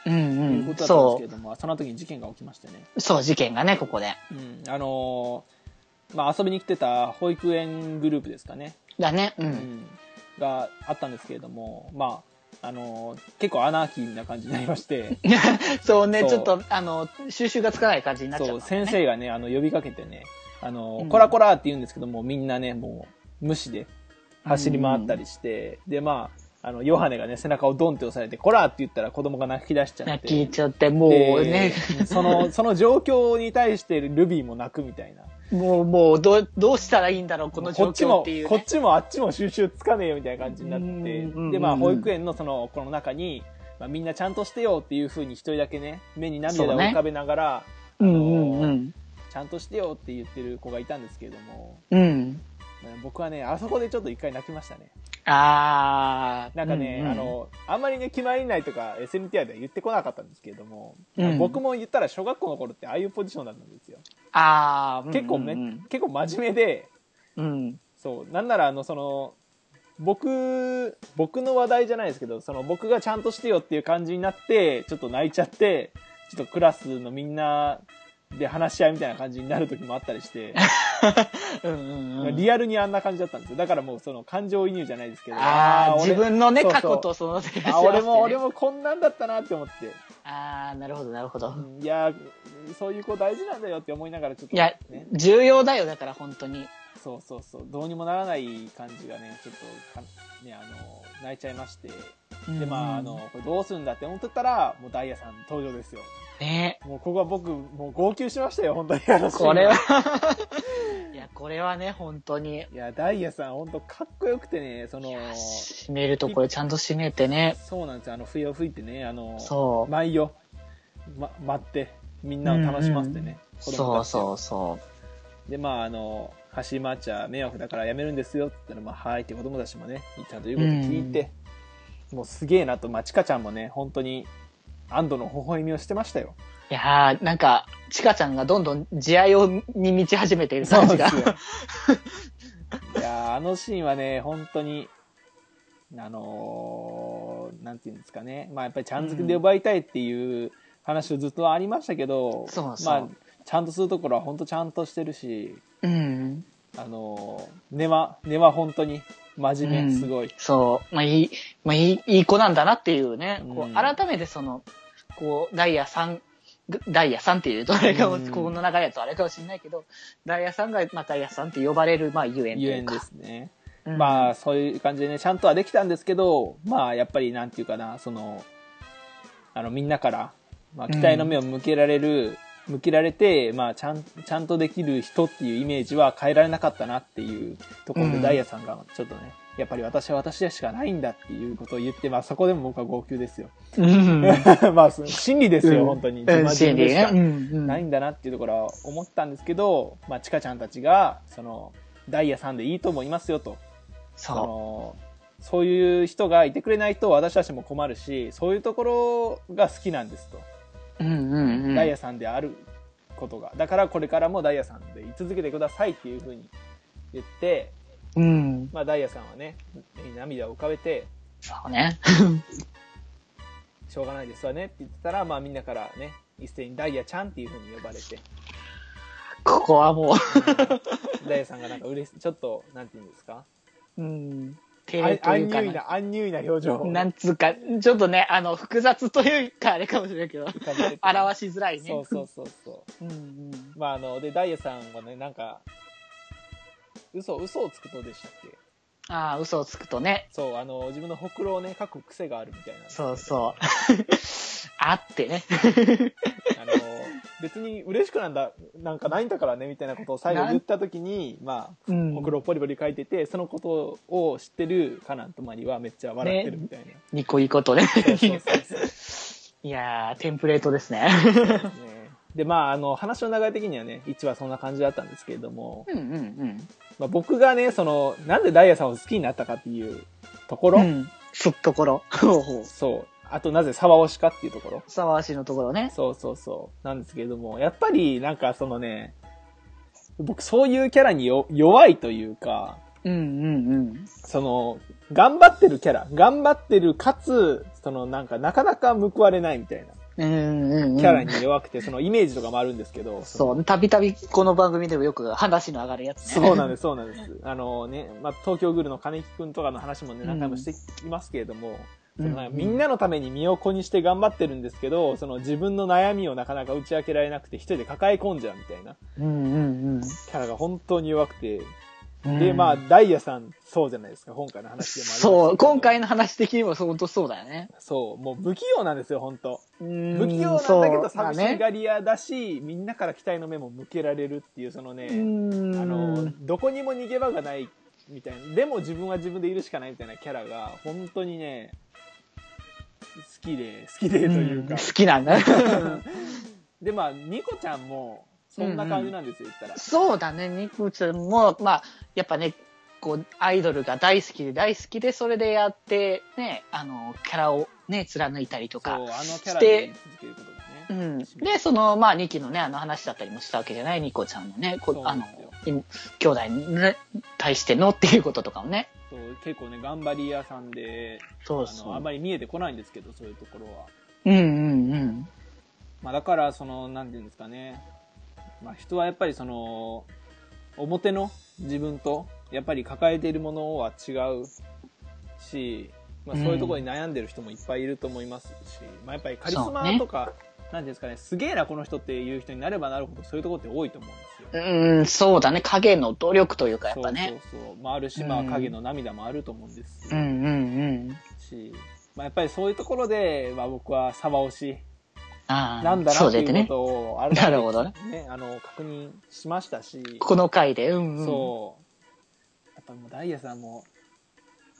S2: うん。
S1: いううんことだったんです
S2: そ
S1: けれども、その時に事件が起きましてね、
S2: う、そう、事件がね、ここで。
S1: うん、あのーまあ遊びに来てた保育園グループですかね、
S2: だね、う。
S1: うんがあったんですけれどもまああのー結構アナーキーな感じになりまして
S2: そうね
S1: そう
S2: ちょっと、あの、収集がつかない感じになっちゃった、
S1: そ
S2: ね。
S1: う先生がねあの呼びかけてね「あの
S2: うん
S1: コラコラ」って言うんですけどもみんなねもう無視で走り回ったりして、でまああのヨハネがね背中をドンって押されて「コラ!」って言ったら子供が泣き出しちゃっ
S2: 泣
S1: て
S2: きちゃって、もう
S1: で
S2: ね、
S1: そのその状況に対してルビーも泣くみたいな
S2: もう、もう、どう、どうしたらいいんだろう、この状
S1: こっち
S2: 況
S1: も
S2: っていう、ね。
S1: こっちもあっちも収集つかねえよみたいな感じになって、
S2: うん
S1: でまあ
S2: うん
S1: 保育園のそのこの中に、まあ、みんなちゃんとしてよっていうふうに一人だけね目に涙を浮かべながら、
S2: うんうんうん。
S1: ちゃんとしてよって言ってる子がいたんですけれども
S2: うん。
S1: 僕はねあそこでちょっと一回泣きましたね
S2: あー。
S1: なんかね、
S2: うう
S1: あ、のあんまりね決まりないとか SNTR では言ってこなかったんですけれども、
S2: うん
S1: 僕も言ったら小学校の頃ってああいうポジションだったんですよ
S2: あー、
S1: 結構ね、
S2: うん
S1: 結構真面目で
S2: うんうん。
S1: そうなんならあのその僕僕の話題じゃないですけどその僕がちゃんとしてよっていう感じになってちょっと泣いちゃってちょっとクラスのみんなで話し合いみたいな感じになる時もあったりして
S2: うんうんうん。
S1: リアルにあんな感じだったんですよ。だからもうその感情移入じゃないですけど。
S2: あー、
S1: 俺
S2: 自分のね、
S1: そうそう
S2: 過去とその 照らし合
S1: あ、
S2: わせてね
S1: 俺も、俺。もこんなんだったなって思って。
S2: あー、なるほど、なるほど
S1: う。んいやー、そういう子大事なんだよって思いながらちょっと、
S2: いや
S1: ね。、
S2: 重要だよ、だから、本当に。
S1: そうそうそう。どうにもならない感じがね、ちょっとか、ね、あの、泣いちゃいまして。で、まあ、あ
S2: うんうん
S1: の、これどうするんだって思ってたら、もうダイヤさん登場ですよ。
S2: ね
S1: もうここは僕、もう号泣しましたよ、本当に。あのシーン
S2: これはいやこれはね本当に
S1: いや、ダイヤさん本当かっこよくてね、その、
S2: 締めるところちゃんと締めてね
S1: そうなんですよ。あの、笛を吹いてね、あの、
S2: そう、
S1: 毎夜、ま、待ってみんなを楽しませてね、子供
S2: そ
S1: た
S2: う
S1: ち
S2: そうそ
S1: でまああの走り回っちゃ迷惑だからやめるんですよって言ったら「まあ、はい」って子供たちもねちゃんと言うこと聞いて、もうすげえなとまあちかちゃんもね本当に安堵の微笑みをしてましたよ
S2: ういやーなんかちかちゃんがどんどん慈愛をに満ち始めている感じが
S1: よ いやーあのシーンはね本当にあのーなんていうんですかねまあやっぱりちゃんづけで奪いたいっていう話をずっとありましたけど、
S2: そうそう
S1: まあちゃんとするところは本当ちゃんとしてるし
S2: うん
S1: あのー、根は、根は本当に真面
S2: う
S1: 目、
S2: ん
S1: すごい。
S2: そう、まあいい、まあいい、いい子なんだなっていうね、こ
S1: うん
S2: う、改めてその、こう、ダイヤさん、ダイヤさんっていうとあれかも、
S1: うん
S2: この流れやとあれかもしれないけど、ダイヤさんが、まあダイヤさんって呼ばれる、まあゆえんと
S1: ゆ
S2: い
S1: え
S2: うんか。
S1: ですね。
S2: うん
S1: まあ、そういう感じでね、ちゃんとはできたんですけど、まあ、やっぱり、なんていうかな、その、あの、みんなから、まあ、期待の目を向けられる、向けられて、まあ、ちゃん、ちゃんとできる人っていうイメージは変えられなかったなっていうところで、
S2: うん
S1: ダイヤさんが、ちょっとね、やっぱり私は私でしかないんだっていうことを言って、まあ、そこでも僕は号泣ですよ。
S2: うん。
S1: まあ、その真理ですよ、
S2: うん
S1: 本当に。
S2: うん、
S1: 自慢
S2: 心
S1: で
S2: 理
S1: し
S2: ね
S1: か。
S2: うん
S1: ないんだなっていうところは思ったんですけど、まあ、ちかちゃんたちが、その、ダイヤさんでいいと思いますよと。そ
S2: そ
S1: のそういう人がいてくれないと私たちも困るしそういうところが好きなんですと、
S2: う。うんうんうん。
S1: ダイヤさんであることがだからこれからもダイヤさんで居続けてくださいっていうふうに言って、
S2: うん。
S1: まあ、ダイヤさんはね涙を浮かべて
S2: そうね。
S1: しょうがないですわねって言ってたら、まあ、みんなからね一斉にダイヤちゃんっていうふうに呼ばれ て
S2: ここはも
S1: ダイヤさんがなんか嬉しいちょっとなんて言うんですか
S2: う、うん。
S1: あ
S2: 手
S1: 安
S2: というか
S1: 入意な安入意な表情を
S2: なんつうか、ちょっとね、あの、複雑というか、あれかもしれないけど、
S1: 浮かべてて
S2: 表しづらいね。
S1: そうそうそうそう
S2: うんうん。
S1: まああの、で、ダイヤさんはね、なんか、嘘、嘘をつくとでしたっけ
S2: ああ、嘘をつくとね。
S1: そう、あの、自分のほくろをね、書く癖があるみたいなんで
S2: そうそう。 あってね。
S1: あの、別に嬉しくなんだ、なんかないんだからね、みたいなことを最後
S2: なん
S1: 言った時に、ま
S2: う
S1: あ、
S2: ん
S1: ほくろをポリポリ書いてて、そのことを知ってるカナンとマリはめっちゃ笑ってるみたいな。
S2: ニコニコとね。
S1: そうそうそうそう
S2: いやー、テンプレートですね。
S1: ですね。で、まあ、あの、話の流れ的にはね、1話そんな感じだったんですけれども、
S2: うんうん
S1: まあ、僕がね、その、なんでダイヤさんを好きになったかっていうとこ
S2: う
S1: ろ、
S2: ん。うん。そっところ。ほうほう。
S1: そう、あとなぜ沢推しかっていうところ、
S2: 沢足のところね。
S1: そうそうそう。なんですけれども、やっぱりなんかそのね、僕そういうキャラによ弱いというか、
S2: うんうんうん。
S1: その、頑張ってるキャラ、頑張ってるかつ、そのなんかなかなか報われないみたいな
S2: うんうんうん。
S1: キャラに弱くて、そのイメージとかもあるんですけど、
S2: そう、たびたびこの番組でもよく話の上がるやつね。
S1: そうなんです、そうなんです。あのね、まあ、東京グルの金木くんとかの話もね、何回もしていますけれども、
S2: うん
S1: そのなんか
S2: うん
S1: みんなのために身を粉にして頑張ってるんですけど、その自分の悩みをなかなか打ち明けられなくて、一人で抱え込んじゃうみたいな
S2: うんうん
S1: キャラが本当に弱くて、
S2: うん。
S1: で、まあ、
S2: うん
S1: ダイヤさん、そうじゃないですか、今回の話でもありますけど
S2: そう、今。回の話的にも本当そうだよね。
S1: そう、もう不器用なんですよ、本当
S2: 不
S1: 不器用なんだけど、寂しがり屋だし、みんなから期待の目も向けられるっていう、その
S2: あ
S1: ね、あの
S2: の、、
S1: どこにも逃げ場がないみたいな、でも自分は自分でいるしかないみたいなキャラが、本当にね、好きで、好きでというか
S2: ん好。きなんだ。
S1: で、まあ、ニコちゃんも、そんな感じなんですよ、言ったら。
S2: そうだね、ニコちゃんも、まあ、やっぱね、こう、アイドルが大好きで大好きで、それでやって、ね、あの、キャラをね、貫いたりと
S1: そう、あ
S2: か。
S1: のキャラで続けることがね。
S2: うん、で、その、まあ、2期のね、あの話だったりもしたわけじゃない、ニコちゃんのね、こ
S1: そうな
S2: あ
S1: ん
S2: の
S1: ですよ、
S2: 兄弟にね対してのっていうこととかもね。
S1: そう結構ね、頑張り屋さんで、あ
S2: そう
S1: のあ
S2: そ
S1: ん
S2: う。
S1: まり見えてこないんですけど、そういうところは。
S2: うんうんうん。
S1: まあ、だから、その、なんていうんですかね。まあ、人はやっぱりその、表の自分と、やっぱり抱えているものは違うし、まあ、そういうところに悩んでる人もいっぱいいると思いますし、まあ、やっぱりカリス
S2: そう
S1: マ
S2: ね
S1: とか、なんていうんですかね、すげえな、この人っていう人になればなるほど、そういうところって多いと思うんですよ。
S2: うん、そうだね。影の努力というか、やっぱね。
S1: そうそうそう。まあ、あるし、まあ、影の涙もあると思うんです
S2: うんうんうん。
S1: し、まあ、やっぱりそういうところで、まあ、僕は沢推し
S2: ああ、
S1: なんだな
S2: そう
S1: って
S2: で
S1: い
S2: す
S1: う
S2: ね
S1: こ。とを改めて、
S2: なるほどね。
S1: ね、あの、確認しましたし、
S2: この回で、うんうん。
S1: そう。やっぱもうダイヤさんも、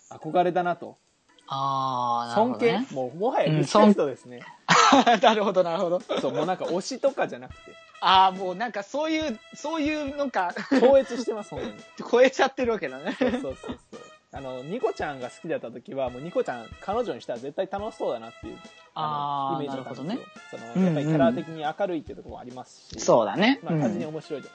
S1: 憧れだなと。
S2: ああ、なるほ
S1: 尊
S2: ど、
S1: 敬
S2: ね。
S1: もう、もはや
S2: うん
S1: リスペクトですね。
S2: 尊敬なるほ ど、なるほど。
S1: そう、もうなんか推しとかじゃなく
S2: ああ、もうなんかそういう、そういうのか、
S1: て、超越してます、本当に。
S2: 超えちゃってるわけだね。
S1: そうそうそうそう。あの、ニコちゃんが好きだった時は、もうニコちゃん、彼女にしたら絶対楽しそうだなっていう、の、
S2: あ あ、
S1: イメー
S2: な
S1: ジだ
S2: る
S1: った
S2: ほ
S1: んで
S2: ど
S1: すよ
S2: ね。。
S1: その、
S2: うんうん
S1: やっぱりキャラ的に明るいっていうところもありますし、
S2: そうだね。
S1: まあ、単純に面白いと。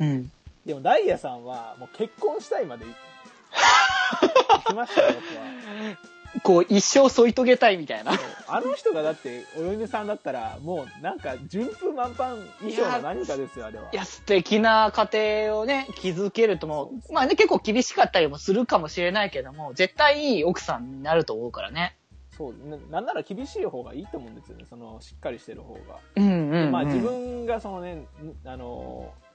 S2: うん。うん
S1: でも、ダイヤさんは、もう結婚したいまで行き行きましたよ、僕は。
S2: こう、一生添い遂げたいみたいな。
S1: あの人がだって、お嫁さんだったら、もうなんか、順風満帆以上の何かですよ、あれは。
S2: いや、素敵な家庭をね、築けるとも、まあね、結構厳しかったりもするかもしれないけども、絶対いい奥さんになると思うからね。
S1: そうな、なんなら厳しい方がいいと思うんですよね、その、しっかりしてる方が。
S2: うんうん、うん。
S1: まあ自、分がそのね、ぬあのー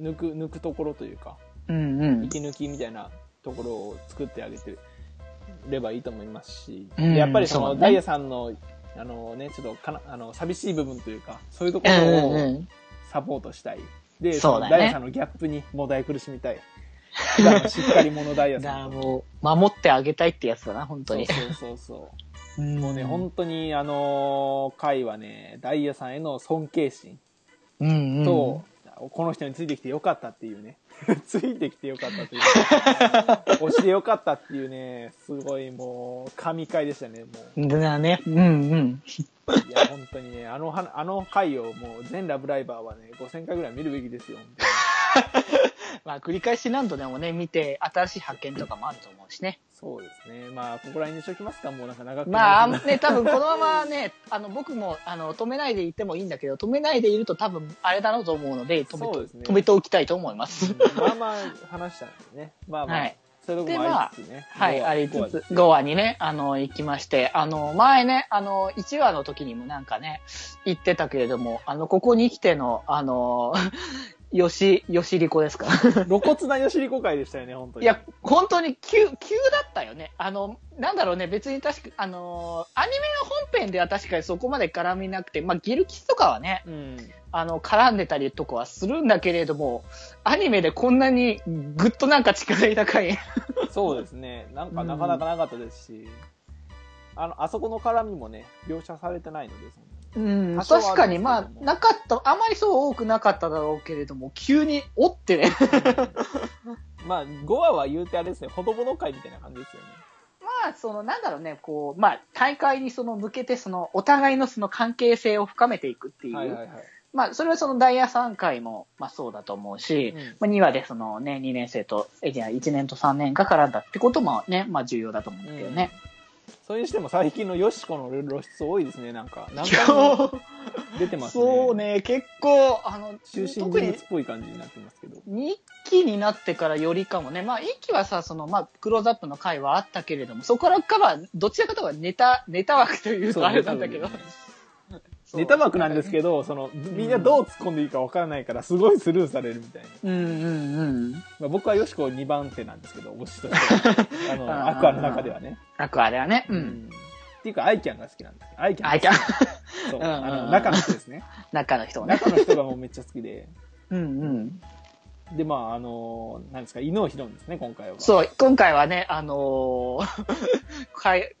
S1: 抜く、抜くところというか、
S2: うんうん。
S1: 息抜きみたいなところを作ってあげてればいいと思いますし、
S2: うん
S1: やっぱりその
S2: そうね
S1: ダイヤさんの、あのね、ちょっとかな、あの、寂しい部分というか、そういうとこ
S2: うん
S1: ろ
S2: う
S1: を
S2: ん
S1: サポートしたい。で、
S2: そう
S1: の
S2: だね
S1: ダイヤさんのギャップにもだい苦しみたい。普段のしっかり者ダイ
S2: う
S1: ヤ
S2: ん。だか
S1: さ
S2: ら
S1: ん。
S2: もう、守ってあげたいってやつだな、本当
S1: そう
S2: に。
S1: そうそうそう。
S2: も
S1: もうね、本当にあの回はね、ダイヤさんへの尊敬心
S2: うんうん。
S1: と、この人についてきてよかったっていうね、 ついてきてよかったという、 押してよかったっていうね、すごいもう、神回でしたね、もう。
S2: だね。うんうん。
S1: いや、本当にね、あのは、あの回をもう、全ラブライバーはね、5000回ぐらい見るべきですよ、本当に
S2: まあ、繰り返し何度でもね、見て、新しい発見とかもあると思うしね。
S1: そうですね。まあ、ここら辺にしときますか、もうなんか長く
S2: まあ、
S1: なり
S2: ね、多分このままね、 あの、僕も、あの、止めないでいてもいいんだけど、止めないでいると多分、あれだろうと思うので、止め
S1: そう
S2: て、
S1: ですね
S2: 止めておきたいと思います。
S1: ますね、まあまあ、話したんですね。まあまあ、
S2: はい
S1: そういうとこもありつつね。
S2: はい、
S1: ゴア
S2: ありつ
S1: ゴアで
S2: つ、5話にね、あの、行きまして、あの、前ね、あの、1話の時にもなんかね、言ってたけれども、あの、ここに来ての、あの、 よし、よしりこですか。
S1: 露骨なヨシリコ会でしたよね、本当に。
S2: いや、本当に急、急だったよね。あの、なんだろうね、別に確か、あのーアニメの本編では確かにそこまで絡みなくて、まあ、ギルキスとかはね、
S1: うん。
S2: あの、絡んでたりとかはするんだけれども、アニメでこんなにぐっとなんか力入れた回
S1: そうですね。なんかなかなかなかったですし、あの、あそこの絡みもね、描写されてないので、そんな
S2: うん
S1: 多少は
S2: 確かに、
S1: ある
S2: ま
S1: んですけども
S2: あ、なかった、あまりそう多くなかっただろうけれども、急に、おってね。
S1: まあ、5話は言うてあれですね、ほどぼの会みたいな感じですよね。
S2: まあ、その、なんだろうね、こう、まあ、大会にその向けて、その、お互いのその関係性を深めていくっていう。
S1: はいはいはい。
S2: まあ、それはそのダイヤ3回も、まあそうだと思うし、
S1: うん
S2: まあ2話でそのね、2年生と、え、じゃあ1年と3年が絡んだってこともね、まあ重要だと思うんだけどね。
S1: それにしても最近のヨシコの露出多いですね、なんか。何
S2: い
S1: 回
S2: や
S1: も出てますね。
S2: そう。ね、結構、あの、
S1: 中心
S2: 特
S1: 人物
S2: に
S1: っぽい感じになってますけど。
S2: 2期になってからよりかもね、まあ1期はさ、その、まあクローズアップの回はあったけれども、そこからかは、どちらかというとネタ、ネタ枠という
S1: そう
S2: とあれなんだけど
S1: ネタ。ネタ枠なんです
S2: ど。
S1: けど、その、みんなどう突っ込んでいいかわからないから、すごいスルーされるみたいな。
S2: うんうんうん。
S1: まあ、僕はヨシコ2番手なんですけど、推しと しては。あ
S2: あ
S1: の、
S2: ー
S1: アクアの中ではね。
S2: あくあれはね、う。
S1: うんっていうか、アイキャンが好きなんですアイキャン。
S2: あいた、
S1: そう。
S2: うんうんうん
S1: あの、中の人ですね。
S2: 中の人もね。
S1: 中の人がもうめっちゃ好きで。
S2: うんうん。
S1: で、まあ、あの、なんですか、伊能博文ですね、今回は。う。
S2: そう、今回はね、あのー かい、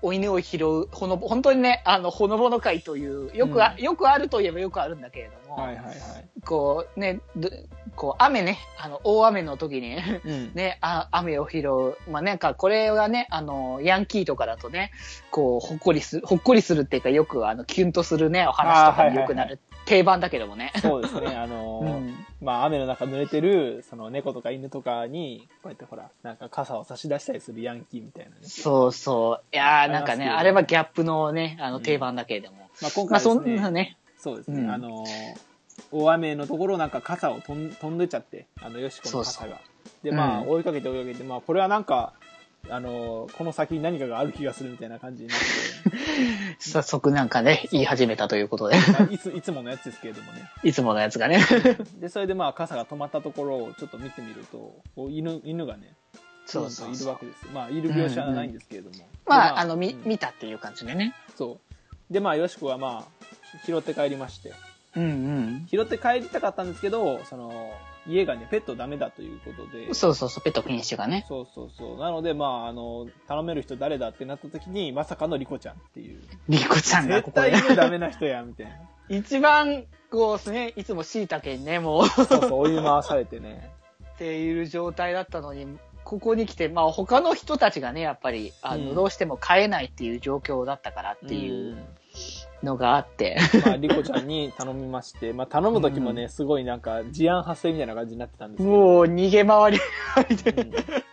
S2: お犬を拾う、ほのぼ、本当にね、あの、ほのぼの会という、よくあ、
S1: うん
S2: よくあるといえばよくあるんだけれども、
S1: はいはいはい。
S2: こうね、どこう、雨ね、あの、大雨の時に、
S1: うん。
S2: ね、あ雨を拾う。まあ、なんか、これはね、あの、ヤンキーとかだとね、こう、ほっこりする、ほっこりするっていうか、よく、あの、キュンとするね、お話とかによくなる、
S1: あ
S2: 定番だけどもね。
S1: そうですね、あの
S2: う
S1: ー
S2: ん
S1: まあ、雨の中濡れてる、その猫とか犬とかに、こうやってほら、なんか傘を差し出したりするヤンキーみたいなね。
S2: そうそう。いやー、なんかね、
S1: ありますよね
S2: あれはギャップのね、あ
S1: う
S2: の、
S1: ん
S2: 定番だけれども。
S1: まあ、今
S2: ま
S1: 回で
S2: あそ
S1: す
S2: ん
S1: ね、
S2: なね。
S1: そうですね、
S2: うん
S1: あのー大雨のところなんか傘を飛ん飛んでちゃって、あの、よしこの
S2: そ
S1: 傘
S2: う
S1: が。で、まあ、
S2: うん
S1: 追いかけて追いかけて、まあ、これはなんか、あのーこの先に何かがある気がするみたいな感じになって、
S2: 早速なんかね、言い始めたということで。
S1: まあいつ、いつものやつですけれどもね。
S2: いつものやつ がね。
S1: で、それでまあ、傘が止まったところをちょっと見てみると、こう犬、犬がね、
S2: そうそう
S1: いる
S2: そう
S1: わけですよ。まあ、いる描写はないんですけれども。
S2: ま
S1: で
S2: あ、あの、み、
S1: うん
S2: 見たっていう感じでね。
S1: そう。で、まあ、よしこはまあ、拾って帰りまして。
S2: うん
S1: 拾って帰りたかったんですけど、その、家がね、ペットダメだということで。
S2: うん。そうそうそう、ペットフィニッシュがね。
S1: そうそうそう。なので、まあ、あの、頼める人誰だってなった時に、まさかのリコちゃんっていう。
S2: リコちゃんが
S1: 絶
S2: ここ
S1: 対
S2: で。
S1: 犬ダメな人や、みた いな。
S2: 一番、こうですね、いつも椎茸にね、もう、
S1: そうそう、追い回されてね。
S2: っていう状態だったのに、ここに来て、まあ他の人たちがね、やっぱり、あ
S1: うん
S2: の、どうしても飼えないっていう状況だったからっていうのがあって。
S1: うん。まあ、リコちゃんに頼みまして、まあ、頼む時もね、
S2: う
S1: すごいなんか、事案発生みたいな感じになってたんですけど。
S2: もう逃げ回り、
S1: うん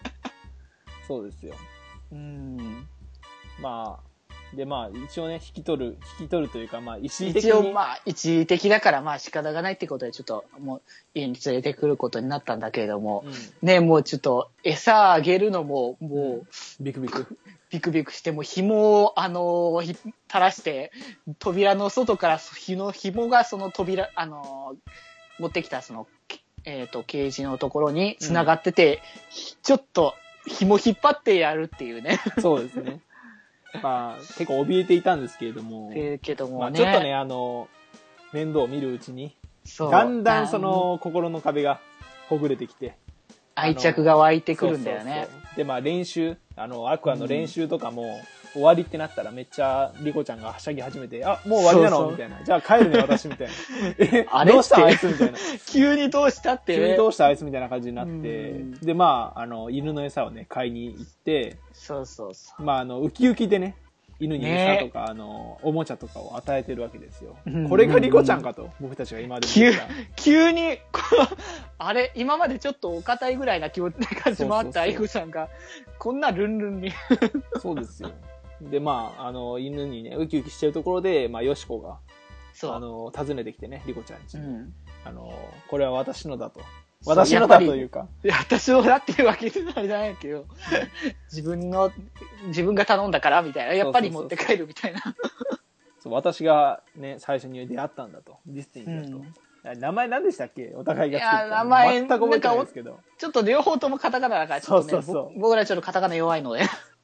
S1: そうですよ。
S2: うん。
S1: まあ、で、まあ、一応ね、引き取る、引き取るというか、まあ、一時的に。
S2: 一応、まあ、一時的だから、まあ、仕方がないってことで、ちょっと、もう、家に連れてくることになったんだけれども、
S1: うん、
S2: ね、もうちょっと、餌あげるのも、もう、
S1: ビクビク。
S2: ビクビクして、もう紐を、あの、ひ垂らして、扉の外から、ひの、紐がその扉、あの、持ってきた、その、えっ、と、ケージのところに繋がってて、ちょっと、紐引っ張ってやるっていうね。
S1: そうですね。まあ、結構怯えていたんですけれども、
S2: えーけど
S1: ま
S2: も
S1: あ、
S2: ね。
S1: ちょっとね、あの、面倒を見るうちに、
S2: そう、
S1: だんだんその心の壁がほぐれてきて、
S2: 愛着が湧いて
S1: て
S2: くるんだよね。
S1: で、まあ練習、あの、アクアの練習とかも、終わりってなったらめっちゃリコちゃんがはしゃぎ始めて、あ、もう終わりなの
S2: そうそう
S1: みたいな。じゃあ帰るね、私、みたいな。え
S2: あ れ
S1: どうした
S2: って
S1: あいつみたいな。
S2: 急にどうしたって、
S1: 急にどうしたあいつみたいな感じになって
S2: うん、
S1: で、まあ、あの、犬の餌をね、買いに行って、
S2: そうそうそ
S1: まあ、あの、ウキウキでね、犬に
S2: ね
S1: 餌とか、あの、おもちゃとかを与えてるわけですよ
S2: うん。
S1: これがリコちゃんかと、僕たちが今まで言ってた。
S2: う。急に、こうあれ、今までちょっとお堅いぐらいな気持ちな感じもあった
S1: そうそうそう
S2: 愛子さんが、こんなルンルンに。
S1: そうですよ。で、まあ、あの、犬にね、ウキウキしてるところで、まあ、ヨシコが、
S2: そ
S1: あ
S2: う。
S1: の、訪ねてきてね、リコちゃんち、
S2: うん、
S1: あの、これは私のだと。
S2: そう
S1: 私のだというか、
S2: いや私をだっていうわけじゃないじゃないけど、 自分の、自分が頼んだからみたいな、やっぱり
S1: そう
S2: 持
S1: そう
S2: っ
S1: そう
S2: て帰るみたいな。
S1: そう私がね、最初に出会ったんだと。ディスティンだと。あ名前何でしたっけお互いが作ったの。
S2: いや名前
S1: 全く覚えてないですけど。
S2: ちょっと両方ともカタカナだから、ちょっとね
S1: そうそうそう
S2: ぼ僕らちょっとカタカナ弱いので。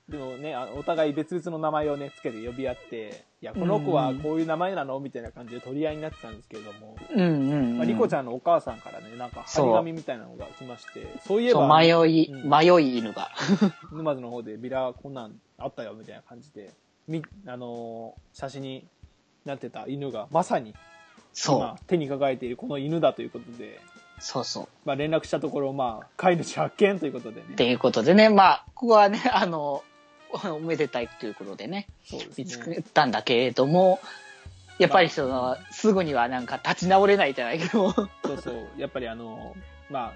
S1: でもね、あのお互い別々の名前をね、つけて呼び合って、いや、この子はこういう名前なのみたいな感じで取り合いになってたんですけれども、
S2: うんうん、
S1: まあ、リコちゃんのお母さんからね、なんか張り紙みたいなのが来まして、そういえ
S2: そ
S1: ば、
S2: う迷い、
S1: うん
S2: 迷い犬が。
S1: 沼津の方でビラこんなんあったよみたいな感じで、みあのー写真になってた犬がまさに
S2: そう
S1: 今。手に抱えているこの犬だということで、
S2: そうそう。
S1: まあ、連絡したところ、まあ、飼い主発見ということで
S2: っ
S1: ね。
S2: ていうことでね、まあ、ここはね、あの、 おおめでたいということでね、
S1: そう
S2: 見
S1: で
S2: つ
S1: す
S2: け
S1: ね。
S2: たんだけれども、やっぱりその、すぐにはなんか立ち直れないじゃないけど、
S1: そうそう。やっぱりあのーまあ、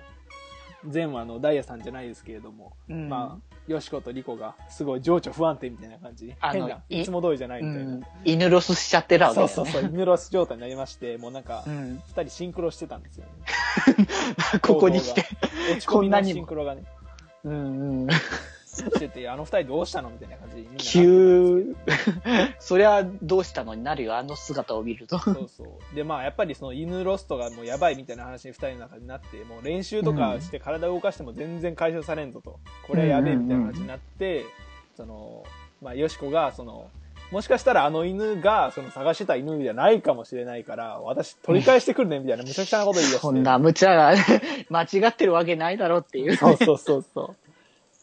S1: 前話のダイヤさんじゃないですけれども、
S2: うん
S1: まあ、ヨシコとリコがすごい情緒不安定みたいな感じに、
S2: あの
S1: 変な、
S2: い
S1: いつも通りじゃ ないうみたいな。
S2: ん、犬ロスしちゃってるわけだ
S1: そ
S2: よ
S1: う
S2: ね。
S1: そうそう、犬ロス状態になりまして、もうなんか
S2: う、ん、
S1: 二人シンクロしてたんですよね。
S2: ここに来て、
S1: 落ち込みのシンクロがね、
S2: うんうん、
S1: してて、あの二人どうしたのみたいな感じにみんななってたんで
S2: 急、 そりゃどうしたのになるよ、あの姿を見ると。
S1: すけど。 そうそう。で、まあ、やっぱりその犬ロストがもうやばいみたいな話に二人の中になって、もう練習とかして体を動かしても全然解消されんぞと、これはやべえみたいな感じになって、その、まあ、ヨシコが、その、もしかしたらあの犬が、その探してた犬じゃないかもしれないから、私取り返してくるねみたい なむちゃくちゃなこと言い出して。
S2: こんな無茶が、 間違ってるわけないだろっていう。
S1: そうそうそうそ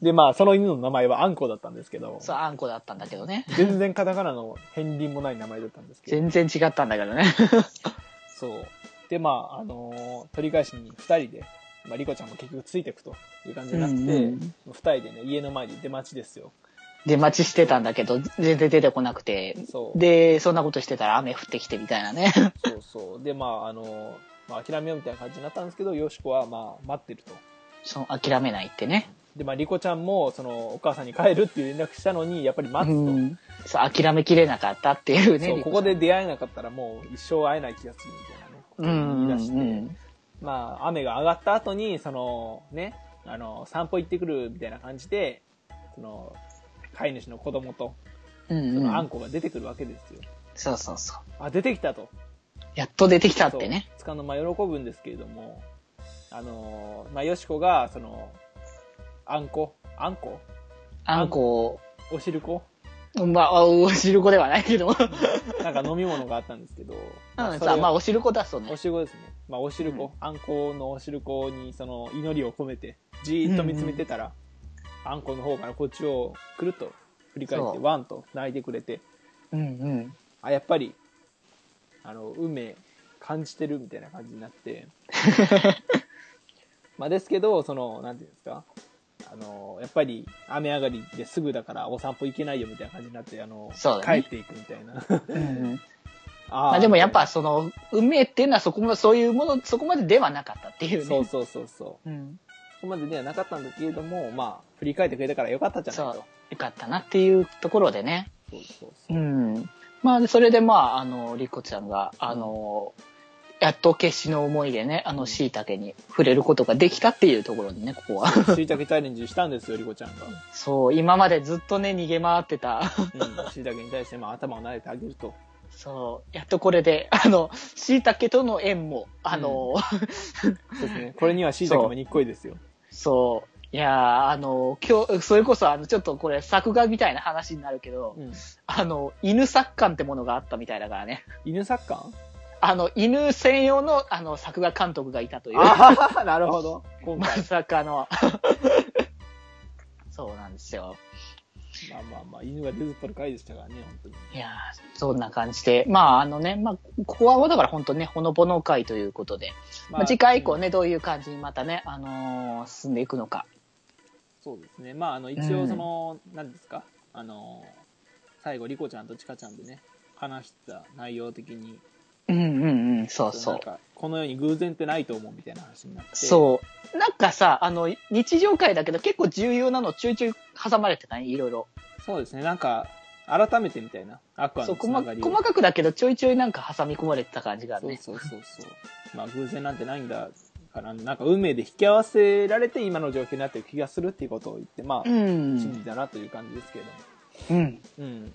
S1: う。で、まあ、その犬の名前はアンコだったんですけど、
S2: そう、あんこだったんだけどね。
S1: 全然カタカナの片鱗もない名前だったんですけど、
S2: 全然違ったんだけどね。
S1: そう。で、まあ、あのー取り返しに2人で、まあ、リコちゃんも結局ついてくという感じになって、
S2: うんうん
S1: 2人でね、家の前に出待ちですよ。
S2: で、待ちしてたんだけど、全然出てこなくて。
S1: そう。
S2: で、そんなことしてたら雨降ってきてみたいなね。
S1: そうそう。で、まあ、あのーまあ、諦めようみたいな感じになったんですけど、ヨシコは、まあ、待ってると。
S2: そう、諦めないってね。
S1: で、まあ、リコちゃんも、その、お母さんに帰るっていう連絡したのに、やっぱり待つと。
S2: うんそう、諦めきれなかったっていうね。
S1: そう
S2: リ
S1: ここ
S2: コさん
S1: で。出会えなかったらもう一生会えない気がするみたいなねこと
S2: う
S1: を
S2: ん
S1: 言い
S2: うん
S1: 出して、
S2: うん。
S1: まあ、雨が上がった後に、その、ね、あの、散歩行ってくるみたいな感じで、その、飼い主の子供と、
S2: うん
S1: そのあ
S2: うんん。
S1: こが出てくるわけですよ。
S2: そうそうそう。
S1: あ、出てきたと。
S2: やっと出てきたってね。
S1: そう。つかの間喜ぶんですけれども、あの、まあ、よしこが、その、あんこ、あんこ
S2: あんこ
S1: おしるこ
S2: を、まあ、おしるこではないけ ど。
S1: なんか飲み物があったんですけど、
S2: ま
S1: それを
S2: あ、まあ、おしるこだそうね
S1: お。しるこですね。まあ、おしるこ、あんこのおしるこに、その、祈りを込めて、じーっと見つめてたら、あんこの方からこっちをくるっと振り返って、
S2: そう
S1: ワンと泣いてくれて、
S2: うんうん。
S1: あ、やっぱり、あの、運命感じてるみたいな感じになって、 まあ、ですけど、その、なんていうんですか、あの、やっぱり、雨上がりですぐだからお散歩行けないよみたいな感じになって、あの、
S2: そうだね
S1: 帰っていくみたいな。
S2: うんうん
S1: あ
S2: ま
S1: ー
S2: あでもやっぱ、その、運命っていうのはそこも、そういうもの、そこまでではなかったっていうね。
S1: そうそうそうそう。
S2: うん。
S1: こまでではなかったんだけれども、まあ、振り返ってくれたからよかったじゃないと
S2: そう。よかったなっていうところでね。
S1: そうそうそうう。
S2: ん。まあ、それでまあ、あの、リコちゃんが、あの、やっと決死の思いでね、あの、椎茸に触れることができたっていうところにね、ここ は。
S1: しいたけチャレンジしたんですよ、りこちゃんが。
S2: そう、今までずっとね、逃げ回ってた。
S1: うん。しいたけに対して、まあ、頭を撫でてあげると。
S2: そう、やっとこれで、あの、椎茸との縁も、あの、
S1: そうですね。これにはしいたけもにっこいですよ。
S2: そう、いやーあの、今日、それこそ、あの、ちょっとこれ、作画みたいな話になるけど、
S1: うん。
S2: あの、犬作家ってものがあったみたいだからね。
S1: 犬作家
S2: あの、犬専用の、あの、作画監督がいたという。
S1: あ あ、なるほど。今
S2: ま
S1: 回。
S2: さかの。 そうなんですよ。
S1: まあまあまあ、犬が出ずっぱる回でしたからね、本当に。
S2: いやーそんな感じで。まあ、あのね、まあ、ここはだから本当ね、ほのぼの会ということで、まあ、次回以降。
S1: うん
S2: ね、どういう感じにまたね、あのー進んでいくのか。
S1: そうですね。まあ、あの、一応、その、何ですか、あの、最後、リコちゃんとチカちゃんでね、話した内容的に、
S2: うんうんうん、そうそ
S1: なん
S2: う。
S1: かこの世に偶然ってないと思うみたいな話になって。
S2: そう。なんかさ、あの、日常会だけど結構重要なのちょいちょい挟まれてないいろいろ。
S1: そうですね。なんか、改めてみたいな。アクア
S2: そう
S1: のつ
S2: 細
S1: な
S2: か、
S1: がり
S2: 細かくだけどちょいちょいなんか挟み込まれてた感じがある
S1: そう
S2: ね。
S1: そうそうそう。まあ、偶然なんてないんだから、なんか運命で引き合わせられて今の状況になってる気がするっていうことを言って、まあ、真
S2: ん。
S1: 理だなという感じですけれども。
S2: うん。
S1: うん。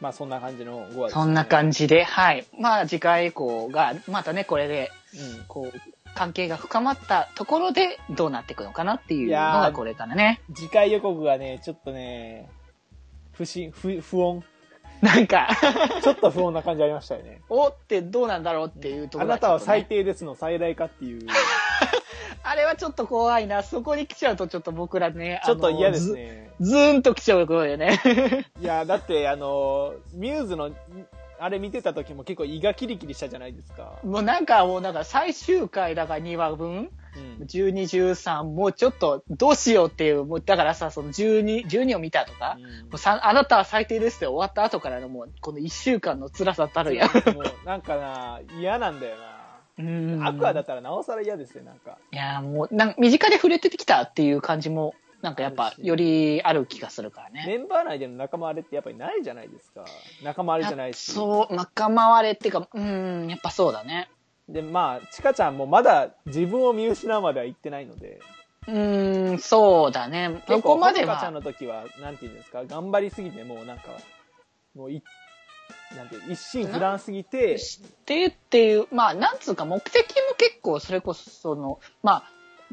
S1: まあ、そんな感じの5話です、ね。
S2: そんな感じで、はい。まあ次回以降が、またね、これで、
S1: じ。うん。
S2: こう、関係が深まったところでどうなっていくのかなっていう
S1: い
S2: の
S1: や
S2: が
S1: ー
S2: これからね。
S1: 次回予告がね、ちょっとね、不審、不、不穏。
S2: なんか、
S1: ちょっと不穏な感じありましたよね。
S2: おって どうなんだろうっていうとこ
S1: あ
S2: ろが
S1: な
S2: ちょっとね、
S1: たは最低ですの最大化っていう、ち
S2: あれはちょっと怖いな。そこに来ちゃうとちょっと僕らね、
S1: ょっと嫌です
S2: あの。
S1: ね。
S2: ずずーんと来ちゃうことでね。
S1: いや、だって、あの、ミューズの、あれ見てた時も結構胃がキリキリしたじゃないですか。
S2: もうなんかもうなんか最終回だから2話分
S1: うん。
S2: 12、13もうちょっとどうしようっていう、もうだからさ、その12、12を見たとか、もうさあなたは最低ですって終わった後からのもうこの1週間の辛さたるや。
S1: もう、なんかな、嫌なんだよ
S2: うん
S1: な。アクアだったらなおさら嫌ですよ、なんか。
S2: いやもうなんか身近で触れてきたっていう感じもなんかやっぱよりある気がするからね。
S1: メンバー内での仲間あれってやっぱりないじゃないですか。仲間あれじゃないし。
S2: そう、仲間割れっていうか、うん、やっぱそうだね。
S1: で、まあ、チカちゃんもまだ自分を見失うまでは行ってないので、
S2: うん、そうだね。そ
S1: 結
S2: こ
S1: 構、
S2: ま
S1: ほ
S2: で
S1: のかちゃん
S2: は。
S1: の時は、なんていうんですか、頑張りすぎて、もうなんか、もうい、なんていう、一心不乱すぎて、
S2: してっていう、まあ、なんつうか目的も結構それこそ、その、まあ、